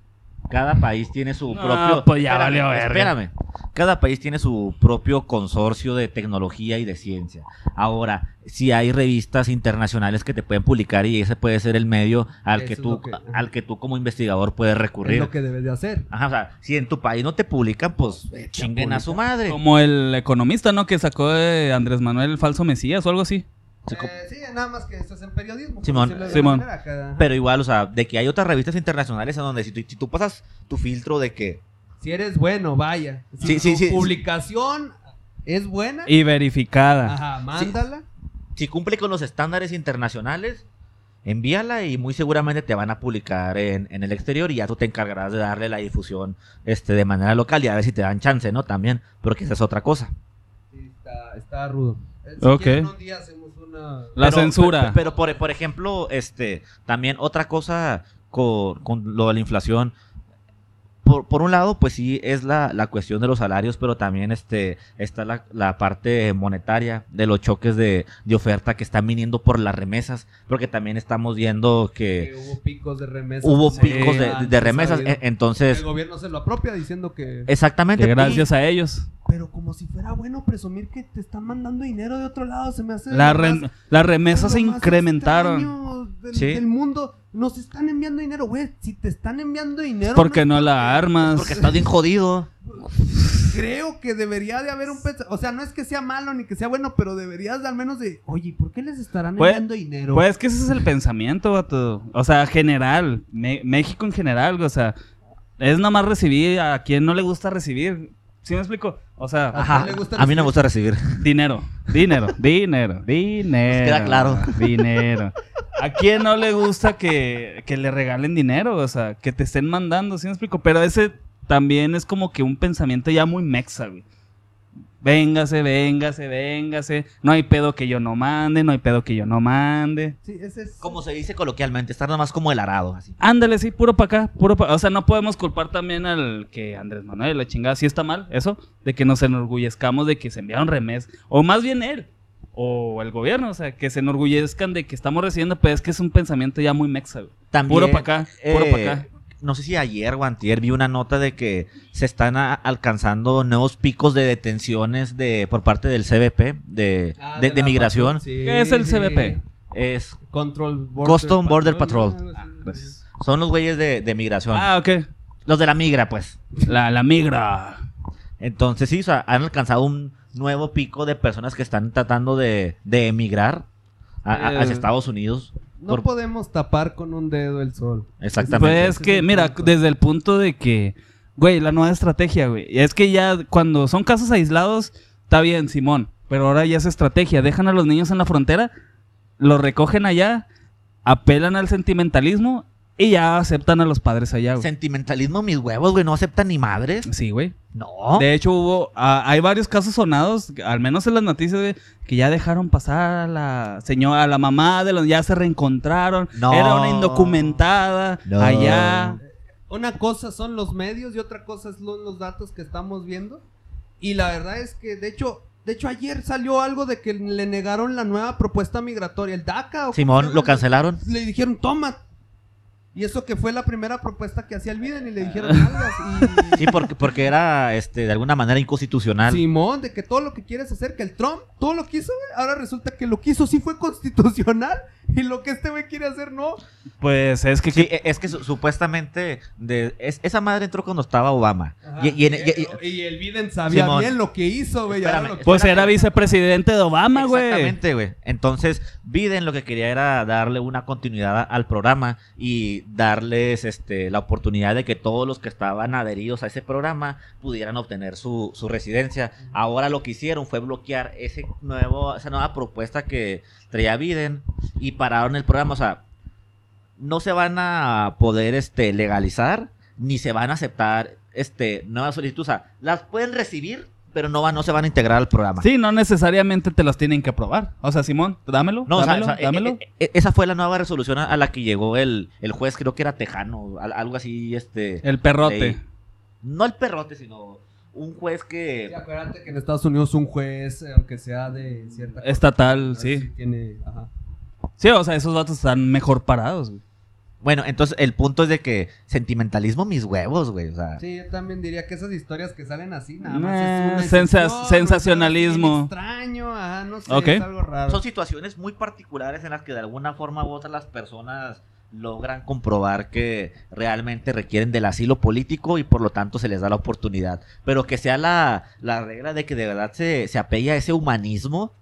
Speaker 1: Cada país tiene su
Speaker 2: No,
Speaker 1: propio.
Speaker 2: pues ya
Speaker 1: espérame,
Speaker 2: valió verga.
Speaker 1: espérame. Cada país tiene su propio consorcio de tecnología y de ciencia. Ahora, si hay revistas internacionales que te pueden publicar y ese puede ser el medio al
Speaker 3: Eso
Speaker 1: que
Speaker 3: es
Speaker 1: tú,
Speaker 3: lo que-
Speaker 1: al que tú como investigador puedes
Speaker 3: Es
Speaker 1: recurrir.
Speaker 3: lo que debes de hacer.
Speaker 1: Ajá, o sea, si en tu país no te publican, pues
Speaker 3: Vete a
Speaker 1: chinguen a su madre.
Speaker 2: Como el economista, ¿no? Que sacó de Andrés Manuel el falso Mesías o algo así.
Speaker 1: Sí, co-
Speaker 3: Eh, sí, nada más que estás en periodismo. por
Speaker 1: Simón,
Speaker 3: decirlo de
Speaker 2: Simón.
Speaker 3: alguna manera, cada-
Speaker 1: Pero igual, o sea, de que hay otras revistas internacionales en donde si tú, si tú pasas tu filtro de que
Speaker 3: Si eres bueno, vaya. Si
Speaker 1: Sí,
Speaker 3: tu
Speaker 1: sí, sí, sí.
Speaker 3: publicación es buena,
Speaker 2: Y verificada.
Speaker 3: ajá, mándala.
Speaker 1: si cumple con los estándares internacionales, envíala y muy seguramente te van a publicar en, en el exterior y ya tú te encargarás de darle la difusión este, de manera local y a ver si te dan chance, ¿no? También, porque esa es otra cosa.
Speaker 3: Sí, está, está rudo. Eh,
Speaker 2: Ok.
Speaker 3: quieren, un día hacemos una...
Speaker 2: La
Speaker 1: Pero-
Speaker 2: censura.
Speaker 1: pe- Pero, por, por ejemplo, este, también otra cosa con, con lo de la inflación. Por, por un lado, pues sí, es la, la cuestión de los salarios, pero también este, está la, la parte monetaria de los choques de, de oferta que están viniendo por las remesas, porque también estamos viendo que
Speaker 3: que hubo picos de remesas.
Speaker 1: Eh, hubo
Speaker 3: Sí,
Speaker 1: picos de, de
Speaker 3: antes
Speaker 1: remesas.
Speaker 3: había-
Speaker 1: e- Entonces,
Speaker 3: El gobierno se lo apropia diciendo que...
Speaker 1: exactamente.
Speaker 2: Que gracias a ellos.
Speaker 3: Pero como si fuera bueno presumir que te están mandando dinero de otro lado, se me hace...
Speaker 2: La
Speaker 3: lo
Speaker 2: re-
Speaker 3: más-
Speaker 2: las remesas
Speaker 3: lo
Speaker 2: se
Speaker 3: más este
Speaker 2: incrementaron.
Speaker 3: extraño Del,
Speaker 1: Sí.
Speaker 3: del mundo, nos están enviando dinero, güey. Si te están enviando dinero...
Speaker 2: Porque no la armas.
Speaker 1: Porque estás bien jodido.
Speaker 3: creo que debería de haber un pesa- O sea, no es que sea malo ni que sea bueno, pero deberías de al menos de, oye, ¿por qué les estarán
Speaker 2: Pues-
Speaker 3: enviando dinero?
Speaker 2: Pues es que ese es el pensamiento, vato. O sea, general. Me- México en general, o sea, es nomás recibir a quien no le gusta recibir. ¿Sí me explico? O sea,
Speaker 3: ¿A
Speaker 1: Ajá.
Speaker 3: quién le gusta
Speaker 1: A mí no me
Speaker 3: recibir?
Speaker 1: gusta recibir.
Speaker 2: dinero, dinero, dinero, dinero.
Speaker 1: queda claro.
Speaker 2: Dinero. ¿A quién no le gusta que, que le regalen dinero? O sea, que te estén mandando, ¿sí me explico? Pero ese también es como que un pensamiento ya muy mexa, güey. Véngase, véngase, véngase. No hay pedo que yo no mande, no hay pedo que yo no mande.
Speaker 3: Sí, ese es...
Speaker 1: Como se dice coloquialmente, estar nada más como el arado. Así.
Speaker 2: Ándale, sí, puro para acá, puro para... O sea, no podemos culpar también al que Andrés Manuel, la chingada, sí está mal, eso, de que nos enorgullezcamos de que se enviaron remes, o más bien él, o el gobierno, o sea, que se enorgullezcan de que estamos recibiendo, pero es que es un pensamiento ya muy mexa, güey.
Speaker 1: También,
Speaker 2: Puro para acá, puro para acá.
Speaker 1: eh, No sé si ayer o antier vi una nota de que se están a- alcanzando nuevos picos de detenciones de por parte del CBP, de,
Speaker 3: Ah,
Speaker 1: de- de
Speaker 3: la
Speaker 1: migración.
Speaker 3: patrulla, sí,
Speaker 2: ¿Qué es el
Speaker 3: sí.
Speaker 2: CBP?
Speaker 1: Es,
Speaker 3: Control Border
Speaker 1: Custom Border Patrol. Ah,
Speaker 3: algo así.
Speaker 2: Gracias.
Speaker 1: son los güeyes de, de migración.
Speaker 2: Ah, ok.
Speaker 1: Los de la migra, pues.
Speaker 2: La, la migra.
Speaker 1: Entonces sí, o sea, han alcanzado un nuevo pico de personas que están tratando de, de emigrar a- a-
Speaker 2: Eh.
Speaker 1: hacia Estados Unidos.
Speaker 3: No
Speaker 1: pues, Por-
Speaker 3: podemos tapar con un dedo el sol.
Speaker 1: Exactamente.
Speaker 2: Pues
Speaker 3: Ese es
Speaker 2: que,
Speaker 3: el
Speaker 2: mira,
Speaker 3: punto.
Speaker 2: desde el punto de que, güey, la nueva estrategia, güey. Es que ya cuando son casos aislados, está bien, Simón. Pero ahora ya es estrategia. Dejan a los niños en la frontera, los recogen allá, apelan al sentimentalismo y ya aceptan a los padres allá, güey.
Speaker 1: Sentimentalismo, mis huevos, güey, no aceptan ni madres.
Speaker 2: Sí, güey.
Speaker 1: No.
Speaker 2: De hecho, hubo. ah, hay varios casos sonados, al menos en las noticias, güey, que ya dejaron pasar a la señora, a la mamá de los. Ya se reencontraron.
Speaker 1: No.
Speaker 2: Era una indocumentada.
Speaker 1: No.
Speaker 2: Allá.
Speaker 3: Una cosa son los medios y otra cosa son los datos que estamos viendo. Y la verdad es que, de hecho, de hecho ayer salió algo de que le negaron la nueva propuesta migratoria, el DACA. ¿o cómo se
Speaker 1: Simón,
Speaker 3: llama?
Speaker 1: lo cancelaron.
Speaker 3: Le dijeron, toma. Y eso que fue la primera propuesta que hacía el Biden y le dijeron, "Nalgas", y-
Speaker 1: Ah. Sí, porque, porque era este, de alguna manera inconstitucional.
Speaker 3: Simón, de que todo lo que quieres hacer, que el Trump, todo lo quiso, güey. Ahora resulta que lo quiso sí fue constitucional y lo que este güey quiere hacer no.
Speaker 2: Pues es que.
Speaker 1: Sí, e- es que su- supuestamente de, es- esa madre entró cuando estaba Obama. Y, y en- y- y-
Speaker 3: Ah, Y el Biden sabía
Speaker 1: Simón.
Speaker 3: bien lo que hizo, güey. ahora
Speaker 1: Espérame,
Speaker 3: lo que-
Speaker 2: Pues era vicepresidente de Obama, güey.
Speaker 1: Exactamente, güey. Entonces, Biden lo que quería era darle una continuidad a- al programa y darles este, la oportunidad de que todos los que estaban adheridos a ese programa pudieran obtener su, su residencia. Ahora lo que hicieron fue bloquear ese nuevo, esa nueva propuesta que traía Biden y pararon el programa. O sea, no se van a poder este, legalizar ni se van a aceptar este, nuevas solicitudes. O sea, las pueden recibir, pero no, van, no se van a integrar al programa.
Speaker 2: Sí, no necesariamente te las tienen que aprobar. O sea, Simón, dámelo,
Speaker 1: No, o sea,
Speaker 2: dámelo,
Speaker 1: o sea, e-
Speaker 2: dámelo.
Speaker 1: e- e- esa fue la nueva resolución a, a la que llegó el, el juez, creo que era tejano, al- algo así, este...
Speaker 2: el perrote.
Speaker 1: sí. No el perrote, sino un juez que...
Speaker 3: Y acuérdate que en Estados Unidos un juez, eh, aunque sea de
Speaker 1: eh.
Speaker 3: cierta.
Speaker 2: Estatal, sí.
Speaker 3: Tiene. Ajá.
Speaker 2: Sí, o sea, esos vatos están mejor parados, güey.
Speaker 1: Bueno, entonces el punto es de que sentimentalismo mis huevos, güey. O sea,
Speaker 3: Sí, yo también diría que esas historias que salen así, nada
Speaker 2: Nah,
Speaker 3: más es una
Speaker 2: Eh, sensa-
Speaker 3: excepción,
Speaker 2: sensacionalismo.
Speaker 3: o sea, es Extraño, ajá, no sé,
Speaker 2: Ok.
Speaker 3: es algo raro.
Speaker 1: son situaciones muy particulares en las que de alguna forma u otra las personas logran comprobar que realmente requieren del asilo político y por lo tanto se les da la oportunidad. Pero que sea la, la regla de que de verdad se, se apegue a ese humanismo,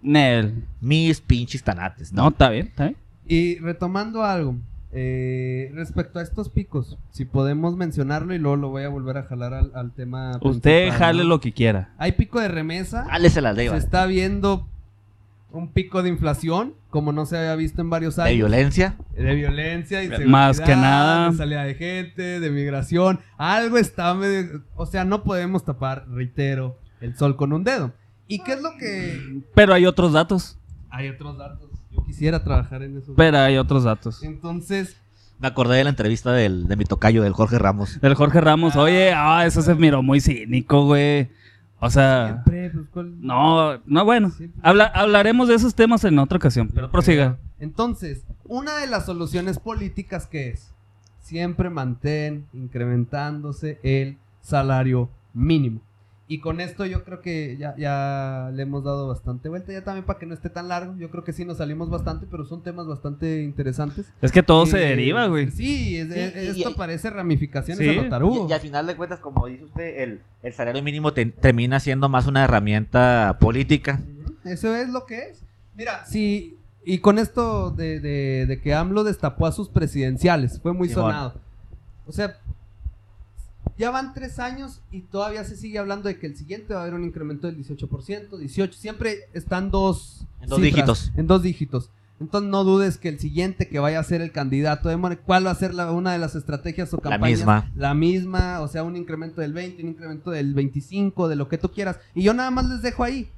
Speaker 2: Nel.
Speaker 1: mis pinches tanates,
Speaker 2: No,
Speaker 1: ¿no?
Speaker 2: está bien, está bien.
Speaker 3: Y retomando algo, eh, respecto a estos picos, si podemos mencionarlo y luego lo voy a volver a jalar al, al tema.
Speaker 2: Usted
Speaker 3: principal,
Speaker 2: jale
Speaker 3: ¿no?
Speaker 2: lo que quiera.
Speaker 3: Hay pico de remesa.
Speaker 1: Álese las de,
Speaker 3: Se está viendo un pico de inflación, como no se había visto en varios
Speaker 1: de
Speaker 3: años.
Speaker 1: violencia.
Speaker 3: De violencia y
Speaker 2: Más
Speaker 3: seguridad,
Speaker 2: que nada.
Speaker 3: De salida de gente, de migración. Algo está medio- O sea, no podemos tapar, reitero, el sol con un dedo. ¿Y qué es lo que...?
Speaker 2: Pero hay otros datos.
Speaker 3: Hay otros datos. Yo quisiera trabajar en esos
Speaker 2: Pero hay otros datos.
Speaker 3: Entonces,
Speaker 1: Me acordé de la entrevista del, de mi tocayo, del Jorge Ramos.
Speaker 2: Del Jorge Ramos. Oye, ah, eso se miró muy cínico, güey. O sea,
Speaker 3: siempre, pues, ¿cuál-
Speaker 2: no, no, bueno.
Speaker 3: Siempre.
Speaker 2: Habla- hablaremos de esos temas en otra ocasión, pero prosiga.
Speaker 3: Entonces, una de las soluciones políticas que es siempre mantén incrementándose el salario mínimo. Y con esto yo creo que ya, ya le hemos dado bastante vuelta, ya también para que no esté tan largo, yo creo que sí nos salimos bastante, pero son temas bastante interesantes.
Speaker 2: Es que todo se
Speaker 3: Eh,
Speaker 2: deriva, güey.
Speaker 3: Sí, es- es-
Speaker 1: Sí, y-
Speaker 3: esto
Speaker 1: y-
Speaker 3: parece ramificaciones
Speaker 2: Sí.
Speaker 3: a lo tarugo.
Speaker 1: Y, y al final de cuentas, como dice usted, el, el salario mínimo te- termina siendo más una herramienta política.
Speaker 3: Eso es lo que es. Mira, sí, y con esto de, de- de que AMLO destapó a sus presidenciales, fue muy
Speaker 1: Simón.
Speaker 3: sonado. O sea, ya van tres años y todavía se sigue hablando de que el siguiente va a haber un incremento del 18%, 18%, siempre están dos,
Speaker 1: En dos dígitos.
Speaker 3: En dos dígitos. Entonces no dudes que el siguiente que vaya a ser el candidato de Morena, ¿cuál va a ser la- una de las estrategias o
Speaker 1: La
Speaker 3: campañas?
Speaker 1: misma.
Speaker 3: La misma, o sea, un incremento del 20, un incremento del 25, de lo que tú quieras. Y yo nada más les dejo ahí.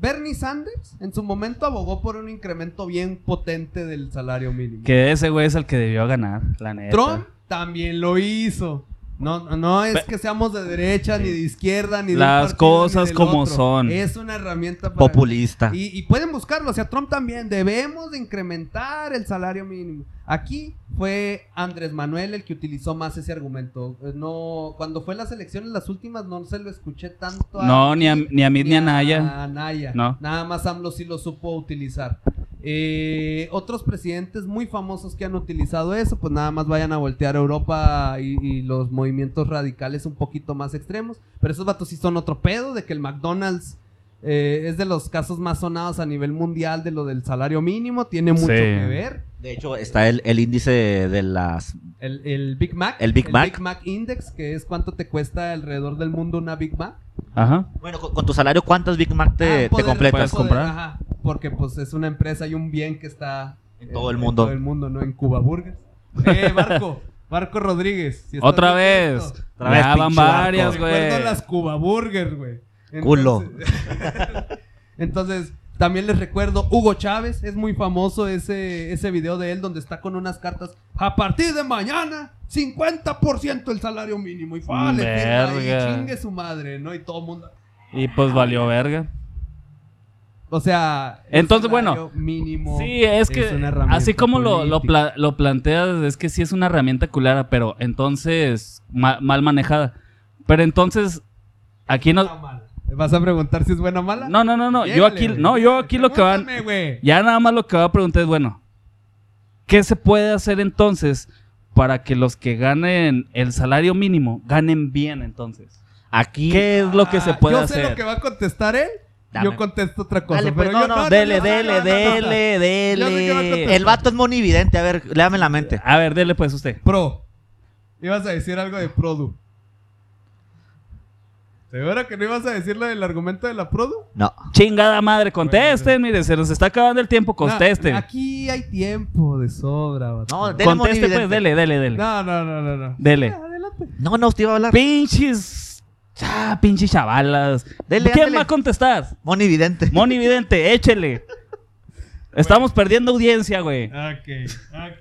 Speaker 3: Bernie Sanders en su momento abogó por un incremento bien potente del salario mínimo.
Speaker 2: Que ese güey es el que debió ganar, la neta.
Speaker 3: Trump también lo hizo. No, no- no es que seamos de derecha, ni de izquierda, ni de un
Speaker 2: Las
Speaker 3: partido, ni
Speaker 2: cosas
Speaker 3: del
Speaker 2: como son.
Speaker 3: Es una herramienta para...
Speaker 1: Populista.
Speaker 3: Y, y pueden buscarlo, o sea, Trump también. Debemos de incrementar el salario mínimo. Aquí fue Andrés Manuel el que utilizó más ese argumento. Eh, No, cuando fue las elecciones, las últimas, no se lo escuché tanto
Speaker 2: No, ni a, ni a mí ni a Naya.
Speaker 3: a Naya.
Speaker 2: No.
Speaker 3: Nada más AMLO sí lo supo utilizar. Eh, otros presidentes muy famosos que han utilizado eso, pues nada más vayan a voltear a Europa y, y los movimientos radicales un poquito más extremos. Pero esos vatos sí son otro pedo, de que el McDonald's eh, es de los casos más sonados a nivel mundial de lo del salario mínimo, tiene mucho
Speaker 2: Sí.
Speaker 3: que ver.
Speaker 1: De hecho, está el, el índice de las...
Speaker 3: El, el Big Mac.
Speaker 1: El Big Mac.
Speaker 3: Index, que es cuánto te cuesta alrededor del mundo una Big Mac.
Speaker 2: Ajá.
Speaker 1: Bueno, con, con tu salario, ¿cuántas Big Mac
Speaker 3: Ah,
Speaker 1: te, te
Speaker 3: poder-
Speaker 1: completas?
Speaker 2: puedes comprar.
Speaker 3: ajá, porque pues es una empresa y un bien que está eh,
Speaker 1: En todo el mundo.
Speaker 3: En todo el mundo, ¿no? En Cuba Burgers. Eh, Barco. Barco Rodríguez. si estás
Speaker 2: Otra
Speaker 3: viendo
Speaker 2: vez.
Speaker 3: esto,
Speaker 1: Otra vez,
Speaker 2: ya van
Speaker 1: pinche barco.
Speaker 2: varias, güey.
Speaker 3: Recuerdo las Cuba Burgers, güey. Entonces-
Speaker 1: Culo.
Speaker 3: Entonces, también les recuerdo Hugo Chávez. Es muy famoso ese, ese video de él donde está con unas cartas. A partir de mañana, 50% el salario mínimo. Y fa, le firma ahí,
Speaker 2: Verga.
Speaker 3: chingue su madre, ¿no? Y todo el mundo.
Speaker 2: Y pues valió verga.
Speaker 3: O sea, el
Speaker 2: Entonces, bueno,
Speaker 3: salario mínimo
Speaker 2: Sí, es que
Speaker 3: una herramienta
Speaker 2: así como lo, lo,
Speaker 3: política.
Speaker 2: pla- lo planteas, es que sí es una herramienta culera, pero entonces ma- mal manejada. Pero entonces, aquí no...
Speaker 3: Buena o mala. ¿Vas a preguntar si es buena o mala?
Speaker 2: No, no, no, no. Yo
Speaker 3: Llégale,
Speaker 2: aquí,
Speaker 3: güey.
Speaker 2: no, yo aquí lo que van...
Speaker 3: Pregúntame, güey.
Speaker 2: Ya nada más lo que va a preguntar es, bueno, ¿qué se puede hacer entonces para que los que ganen el salario mínimo ganen bien entonces?
Speaker 1: Aquí...
Speaker 2: ¿Qué es lo que se puede
Speaker 3: Ah, yo sé lo
Speaker 2: hacer?
Speaker 3: que va a contestar él.
Speaker 1: Dame.
Speaker 3: Yo contesto otra cosa.
Speaker 1: Dale, pues,
Speaker 3: pero
Speaker 1: no,
Speaker 3: yo-
Speaker 1: no, dele,
Speaker 3: no, no,
Speaker 1: dele,
Speaker 3: no, no, no, no.
Speaker 1: dele,
Speaker 3: Yo sé que va a contestar.
Speaker 1: dele. El vato es monividente, a ver, léame la mente.
Speaker 2: A ver, dele pues usted.
Speaker 3: Pro. Ibas a decir algo de Produ. ¿Seguro que no ibas a decir lo del argumento de la Produ?
Speaker 1: No.
Speaker 2: Chingada madre, contesten, mire, se nos está acabando el tiempo,
Speaker 3: No,
Speaker 2: contesten.
Speaker 3: aquí hay tiempo de sobra. vato.
Speaker 1: No, dele
Speaker 2: Conteste
Speaker 1: monividente.
Speaker 2: pues, dele, dele, dele.
Speaker 3: no, no, no, no, no.
Speaker 2: Dele.
Speaker 3: Adelante.
Speaker 1: No, no, usted iba a hablar.
Speaker 2: Pinches. Ah, pinches chavalas.
Speaker 1: Dele,
Speaker 2: ¿Quién
Speaker 1: ándale.
Speaker 2: va a contestar?
Speaker 1: Monividente.
Speaker 2: Moni Vidente, échele. Estamos perdiendo audiencia, güey.
Speaker 3: Ok,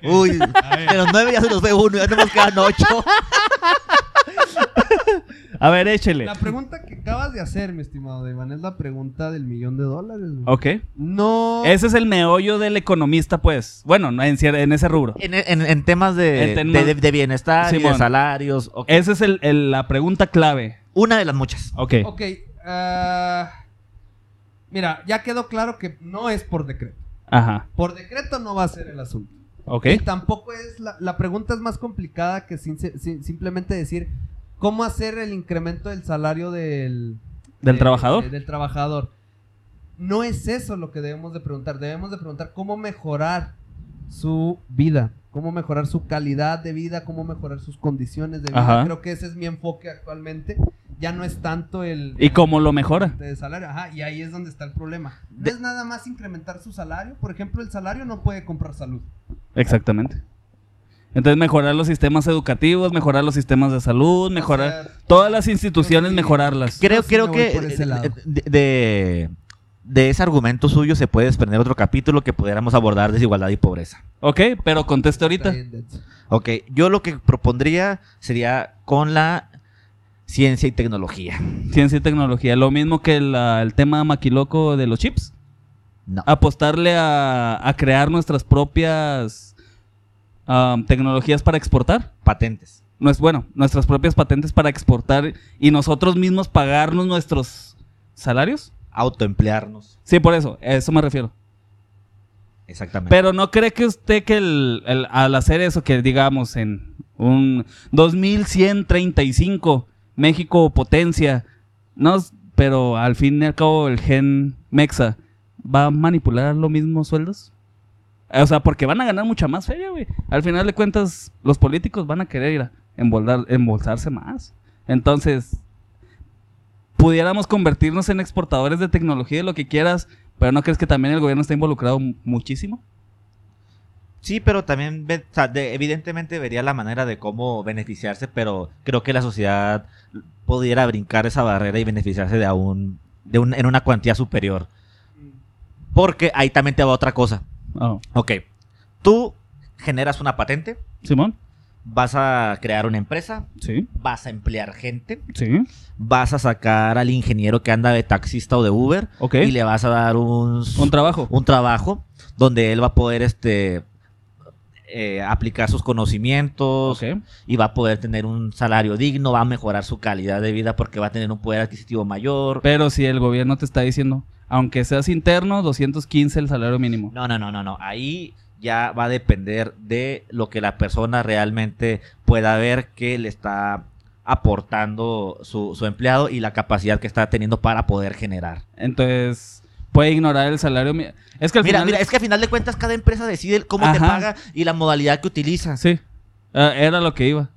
Speaker 3: ok.
Speaker 1: Uy,
Speaker 3: A ver.
Speaker 1: de los nueve ya se nos ve uno, ya tenemos que quedan ocho.
Speaker 2: A ver, échele. Este,
Speaker 3: La pregunta que, acabas de hacer, mi estimado Iván, es la pregunta del millón de dólares. güey.
Speaker 2: Ok. Este.
Speaker 3: No.
Speaker 2: Ese es el meollo del economista, pues. Bueno, no, en, cier- en ese rubro.
Speaker 1: En, en- en temas de,
Speaker 2: En temas-
Speaker 1: de- de- de bienestar y de
Speaker 2: Simón. Eh,
Speaker 1: salarios. ok.
Speaker 2: Esa es el- el- la pregunta clave.
Speaker 1: Una de las muchas.
Speaker 2: Ok.
Speaker 3: Ok. ah, mira, ya quedó claro que no es por decreto.
Speaker 2: Ajá.
Speaker 3: Por decreto no va a ser el asunto.
Speaker 2: Ok.
Speaker 3: Y tampoco es. La, la pregunta es más complicada que sin- sin- simplemente decir cómo hacer el incremento del salario del.
Speaker 2: ¿Del
Speaker 3: de-
Speaker 2: trabajador?
Speaker 3: de- del trabajador. No es eso lo que debemos de preguntar. Debemos de preguntar cómo mejorar su vida, cómo mejorar su calidad de vida, cómo mejorar sus condiciones de vida.
Speaker 2: Ajá.
Speaker 3: Creo que ese es mi enfoque actualmente. Ya no es tanto el...
Speaker 2: ¿Y cómo lo mejora?
Speaker 3: de salario, ajá, y ahí es donde está el problema. No
Speaker 1: De-
Speaker 3: es nada más incrementar su salario, por ejemplo, el salario no puede comprar salud.
Speaker 2: Exactamente. Entonces, mejorar los sistemas educativos, mejorar los sistemas de salud, mejorar
Speaker 3: O sea,
Speaker 2: todas las instituciones,
Speaker 3: sí.
Speaker 2: mejorarlas.
Speaker 1: Creo,
Speaker 3: sí
Speaker 1: creo
Speaker 3: me voy
Speaker 1: que eh,
Speaker 3: por ese lado.
Speaker 1: de, de- de ese argumento suyo se puede desprender otro capítulo que pudiéramos abordar desigualdad y pobreza.
Speaker 2: Ok, pero conteste
Speaker 3: está
Speaker 2: ahorita.
Speaker 3: bien, Denso.
Speaker 1: Ok, yo lo que propondría sería con la ciencia y tecnología.
Speaker 2: Ciencia y tecnología. Lo mismo que la- el tema maquiloco de los chips.
Speaker 1: No.
Speaker 2: Apostarle a, a crear nuestras propias am, tecnologías para exportar.
Speaker 1: Patentes.
Speaker 2: no es bueno, nuestras propias patentes para exportar y nosotros mismos pagarnos nuestros salarios.
Speaker 1: Autoemplearnos.
Speaker 2: Sí, por eso, a eso me refiero.
Speaker 1: Exactamente.
Speaker 2: Pero no cree que usted que el, el- al hacer eso, que digamos en un 2135, México potencia, no, s- pero al fin y al cabo el gen Mexa va a manipular los mismos sueldos. Eh, O sea, porque van a ganar mucha más feria, güey. Al final de cuentas, los políticos van a querer ir a emboldar- embolsarse más. Entonces, pudiéramos convertirnos en exportadores de tecnología y lo que quieras, pero ¿no crees que también el gobierno está involucrado mu- muchísimo?
Speaker 1: sí, pero también ve- o sea, de- evidentemente vería la manera de cómo beneficiarse, pero creo que la sociedad pudiera brincar esa barrera y beneficiarse de aún de un- en una cuantía superior. Porque ahí también te va otra cosa.
Speaker 2: Oh.
Speaker 1: Ok. Tú generas una patente,
Speaker 2: ¿Simón?
Speaker 1: vas a crear una empresa,
Speaker 2: Sí,
Speaker 1: vas a emplear gente,
Speaker 2: sí.
Speaker 1: vas a sacar al ingeniero que anda de taxista o de Uber
Speaker 2: Ok.
Speaker 1: y le vas a dar un,
Speaker 2: Un trabajo.
Speaker 1: un trabajo donde él va a poder este eh, aplicar sus conocimientos
Speaker 2: Ok.
Speaker 1: y va a poder tener un salario digno, va a mejorar su calidad de vida porque va a tener un poder adquisitivo mayor.
Speaker 2: Pero si el gobierno te está diciendo, aunque seas interno, 215 el salario mínimo.
Speaker 1: No, no, no, no, no. Ahí ya va a depender de lo que la persona realmente pueda ver que le está aportando su, su empleado y la capacidad que está teniendo para poder generar.
Speaker 2: Entonces, puede ignorar el salario mínimo. Es que al
Speaker 1: Mira,
Speaker 2: final...
Speaker 1: mira, es que al final de cuentas cada empresa decide el cómo te
Speaker 2: Ajá.
Speaker 1: paga y la modalidad que utiliza.
Speaker 2: Sí, Ah, era lo que iba.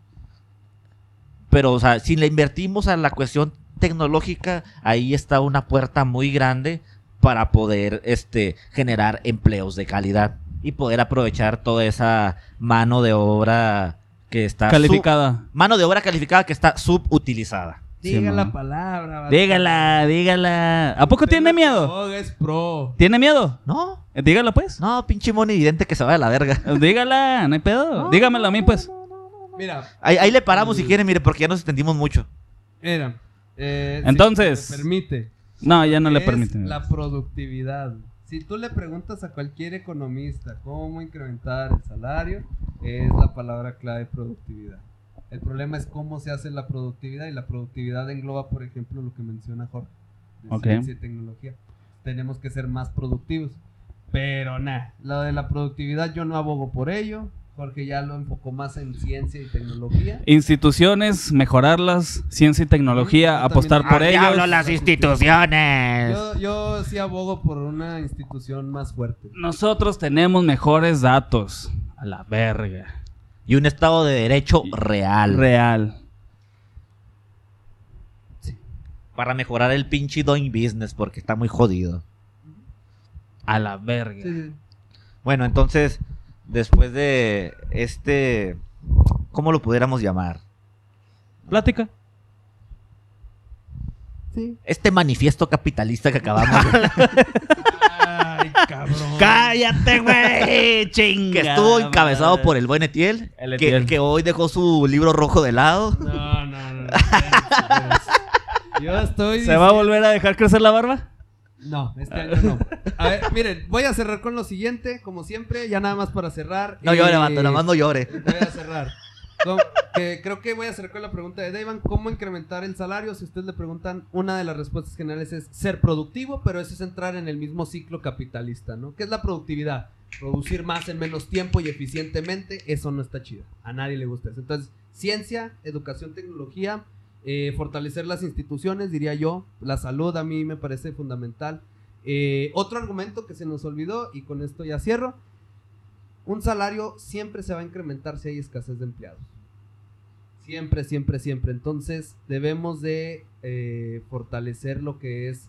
Speaker 1: Pero, o sea, si le invertimos a la cuestión tecnológica, ahí está una puerta muy grande para poder este, generar empleos de calidad y poder aprovechar toda esa mano de obra que está su-
Speaker 2: Calificada.
Speaker 1: Mano de obra calificada que está subutilizada.
Speaker 3: Diga
Speaker 2: Simón.
Speaker 3: la palabra. vato.
Speaker 2: Dígala, dígala. ¿A poco
Speaker 3: Usted
Speaker 2: tiene
Speaker 3: no
Speaker 2: miedo?
Speaker 3: droga, es pro.
Speaker 2: ¿Tiene miedo?
Speaker 1: No,
Speaker 2: Eh, Dígala pues.
Speaker 1: no, pinche monividente que se va de la verga.
Speaker 2: Eh, Dígala, no hay pedo. Dígamelo a mí pues.
Speaker 3: Mira,
Speaker 1: Ahí, ahí le paramos si quiere, mire, porque ya nos extendimos mucho.
Speaker 3: mira. eh, si
Speaker 2: Entonces-
Speaker 3: se me permite.
Speaker 2: No, ya no le
Speaker 3: es
Speaker 2: permiten.
Speaker 3: La productividad. Si tú le preguntas a cualquier economista cómo incrementar el salario, es la palabra clave productividad. El problema es cómo se hace la productividad y la productividad engloba, por ejemplo, lo que menciona Jorge, de
Speaker 2: Ok.
Speaker 3: ciencia y tecnología. Tenemos que ser más productivos. Pero nada, lo de la productividad yo no abogo por ello. Jorge ya lo enfocó más en ciencia y tecnología.
Speaker 2: Instituciones, mejorarlas, ciencia y tecnología,
Speaker 3: Yo también-
Speaker 2: apostar por
Speaker 3: Ah,
Speaker 2: ellos.
Speaker 3: diablo, las
Speaker 1: instituciones!
Speaker 3: Yo, yo sí abogo por una institución más fuerte.
Speaker 2: Nosotros tenemos mejores datos. A la verga.
Speaker 1: Y un Estado de Derecho real.
Speaker 2: Real.
Speaker 1: para mejorar el pinche doing business, porque está muy jodido.
Speaker 2: A la verga.
Speaker 3: Sí, sí.
Speaker 1: Bueno, entonces, después de este... ¿Cómo lo pudiéramos llamar?
Speaker 2: Plática.
Speaker 3: Sí.
Speaker 1: Este manifiesto capitalista que acabamos de...
Speaker 3: Ay, cabrón.
Speaker 2: ¡Cállate, güey! ¡Chinga!
Speaker 1: que estuvo encabezado por el buen Etiel,
Speaker 2: El
Speaker 1: que,
Speaker 2: Etiel.
Speaker 1: que hoy dejó su libro rojo de lado.
Speaker 3: No, no, no. no, espérense, espérense. Yo estoy.
Speaker 2: ¿Se va a volver a dejar crecer la barba?
Speaker 3: No, este año no. A ver, miren, voy a cerrar con lo siguiente, como siempre, ya nada más para cerrar.
Speaker 1: No
Speaker 3: Eh,
Speaker 1: llore, vato, nada más no llore.
Speaker 3: Voy a cerrar. Con- que creo que voy a cerrar con la pregunta de Davan, ¿cómo incrementar el salario? Si ustedes le preguntan, una de las respuestas generales es ser productivo, pero eso es entrar en el mismo ciclo capitalista, ¿no? ¿Qué es la productividad? Producir más en menos tiempo y eficientemente, eso no está chido. A nadie le gusta eso. Entonces, ciencia, educación, tecnología, eh, fortalecer las instituciones, diría yo. La salud a mí me parece fundamental. Eh, otro argumento que se nos olvidó, y con esto ya cierro, un salario siempre se va a incrementar si hay escasez de empleados. Siempre, siempre, siempre. Entonces debemos de eh, fortalecer lo que es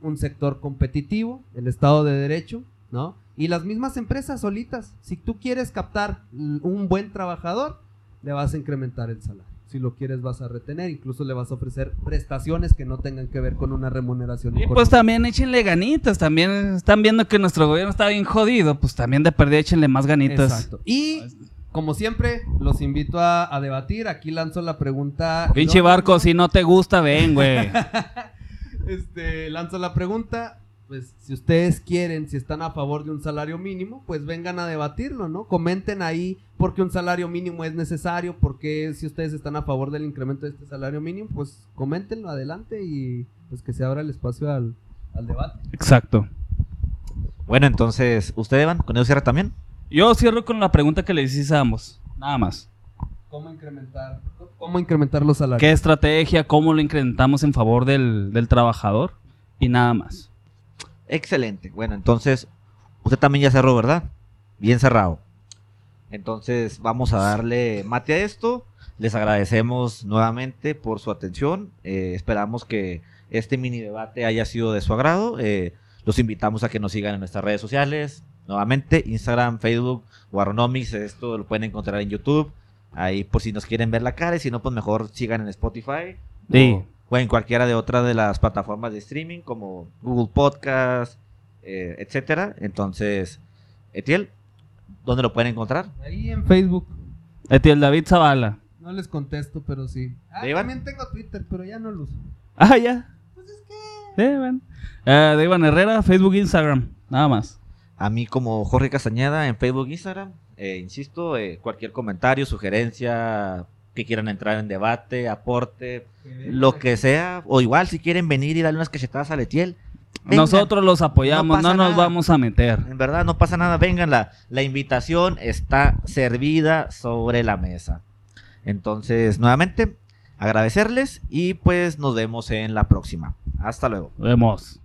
Speaker 3: un sector competitivo, el Estado de Derecho, ¿no? Y las mismas empresas solitas. Si tú quieres captar l- un buen trabajador, le vas a incrementar el salario. Si lo quieres vas a retener, incluso le vas a ofrecer prestaciones que no tengan que ver con una remuneración.
Speaker 2: Y pues
Speaker 3: económica.
Speaker 2: también échenle ganitas. También están viendo que nuestro gobierno está bien jodido. Pues también de perdida échenle más ganitas.
Speaker 3: Exacto. Y como siempre, los invito a, a debatir. Aquí lanzo la pregunta.
Speaker 2: Pinche
Speaker 3: el
Speaker 2: barco, si no te gusta, ven, güey.
Speaker 3: Este, lanzo la pregunta. Pues si ustedes quieren, si están a favor de un salario mínimo, pues vengan a debatirlo, ¿no? Comenten ahí por qué un salario mínimo es necesario, por qué si ustedes están a favor del incremento de este salario mínimo, pues coméntenlo adelante y pues que se abra el espacio al, al debate.
Speaker 2: Exacto.
Speaker 1: Bueno, entonces, ¿ustedes van? ¿Con eso cierra también?
Speaker 2: Yo cierro con la pregunta que le hiciste a ambos. Nada más.
Speaker 3: ¿Cómo incrementar, cómo incrementar los salarios?
Speaker 2: ¿Qué estrategia? ¿Cómo lo incrementamos en favor del, del trabajador? Y nada más.
Speaker 1: Excelente. Bueno, entonces, usted también ya cerró, ¿verdad? Bien cerrado. Entonces, vamos a darle mate a esto. Les agradecemos nuevamente por su atención. Eh, esperamos que este mini debate haya sido de su agrado. Eh, los invitamos a que nos sigan en nuestras redes sociales. Nuevamente, Instagram, Facebook, Warnomics. Esto lo pueden encontrar en YouTube. Ahí por si nos quieren ver la cara y si no, pues mejor sigan en Spotify.
Speaker 2: Sí.
Speaker 1: O- o en cualquiera de otras de las plataformas de streaming como Google Podcast, eh, etcétera. Entonces, Etiel, ¿dónde lo pueden encontrar?
Speaker 3: Ahí en Facebook.
Speaker 2: Etiel David Zavala.
Speaker 3: No les contesto, pero sí. Ah,
Speaker 1: ¿Te iban?
Speaker 3: también tengo Twitter, pero ya no lo uso.
Speaker 2: Ah, ya.
Speaker 1: Pues
Speaker 2: Sí, bueno. Eh, de Iván Herrera, Facebook, Instagram. Nada más.
Speaker 1: A mí como Jorge Castañeda en Facebook, Instagram. Eh, insisto, eh, cualquier comentario, sugerencia, que quieran entrar en debate, aporte, lo que sea. O igual, si quieren venir y darle unas cachetadas a Etiel. vengan.
Speaker 2: Nosotros los apoyamos,
Speaker 1: No
Speaker 2: no,
Speaker 1: pasa
Speaker 2: nos
Speaker 1: nada.
Speaker 2: vamos a meter.
Speaker 1: En verdad, no pasa nada. Vengan, la, la invitación está servida sobre la mesa. Entonces, nuevamente, agradecerles y pues nos vemos en la próxima. Hasta luego.
Speaker 2: Vemos.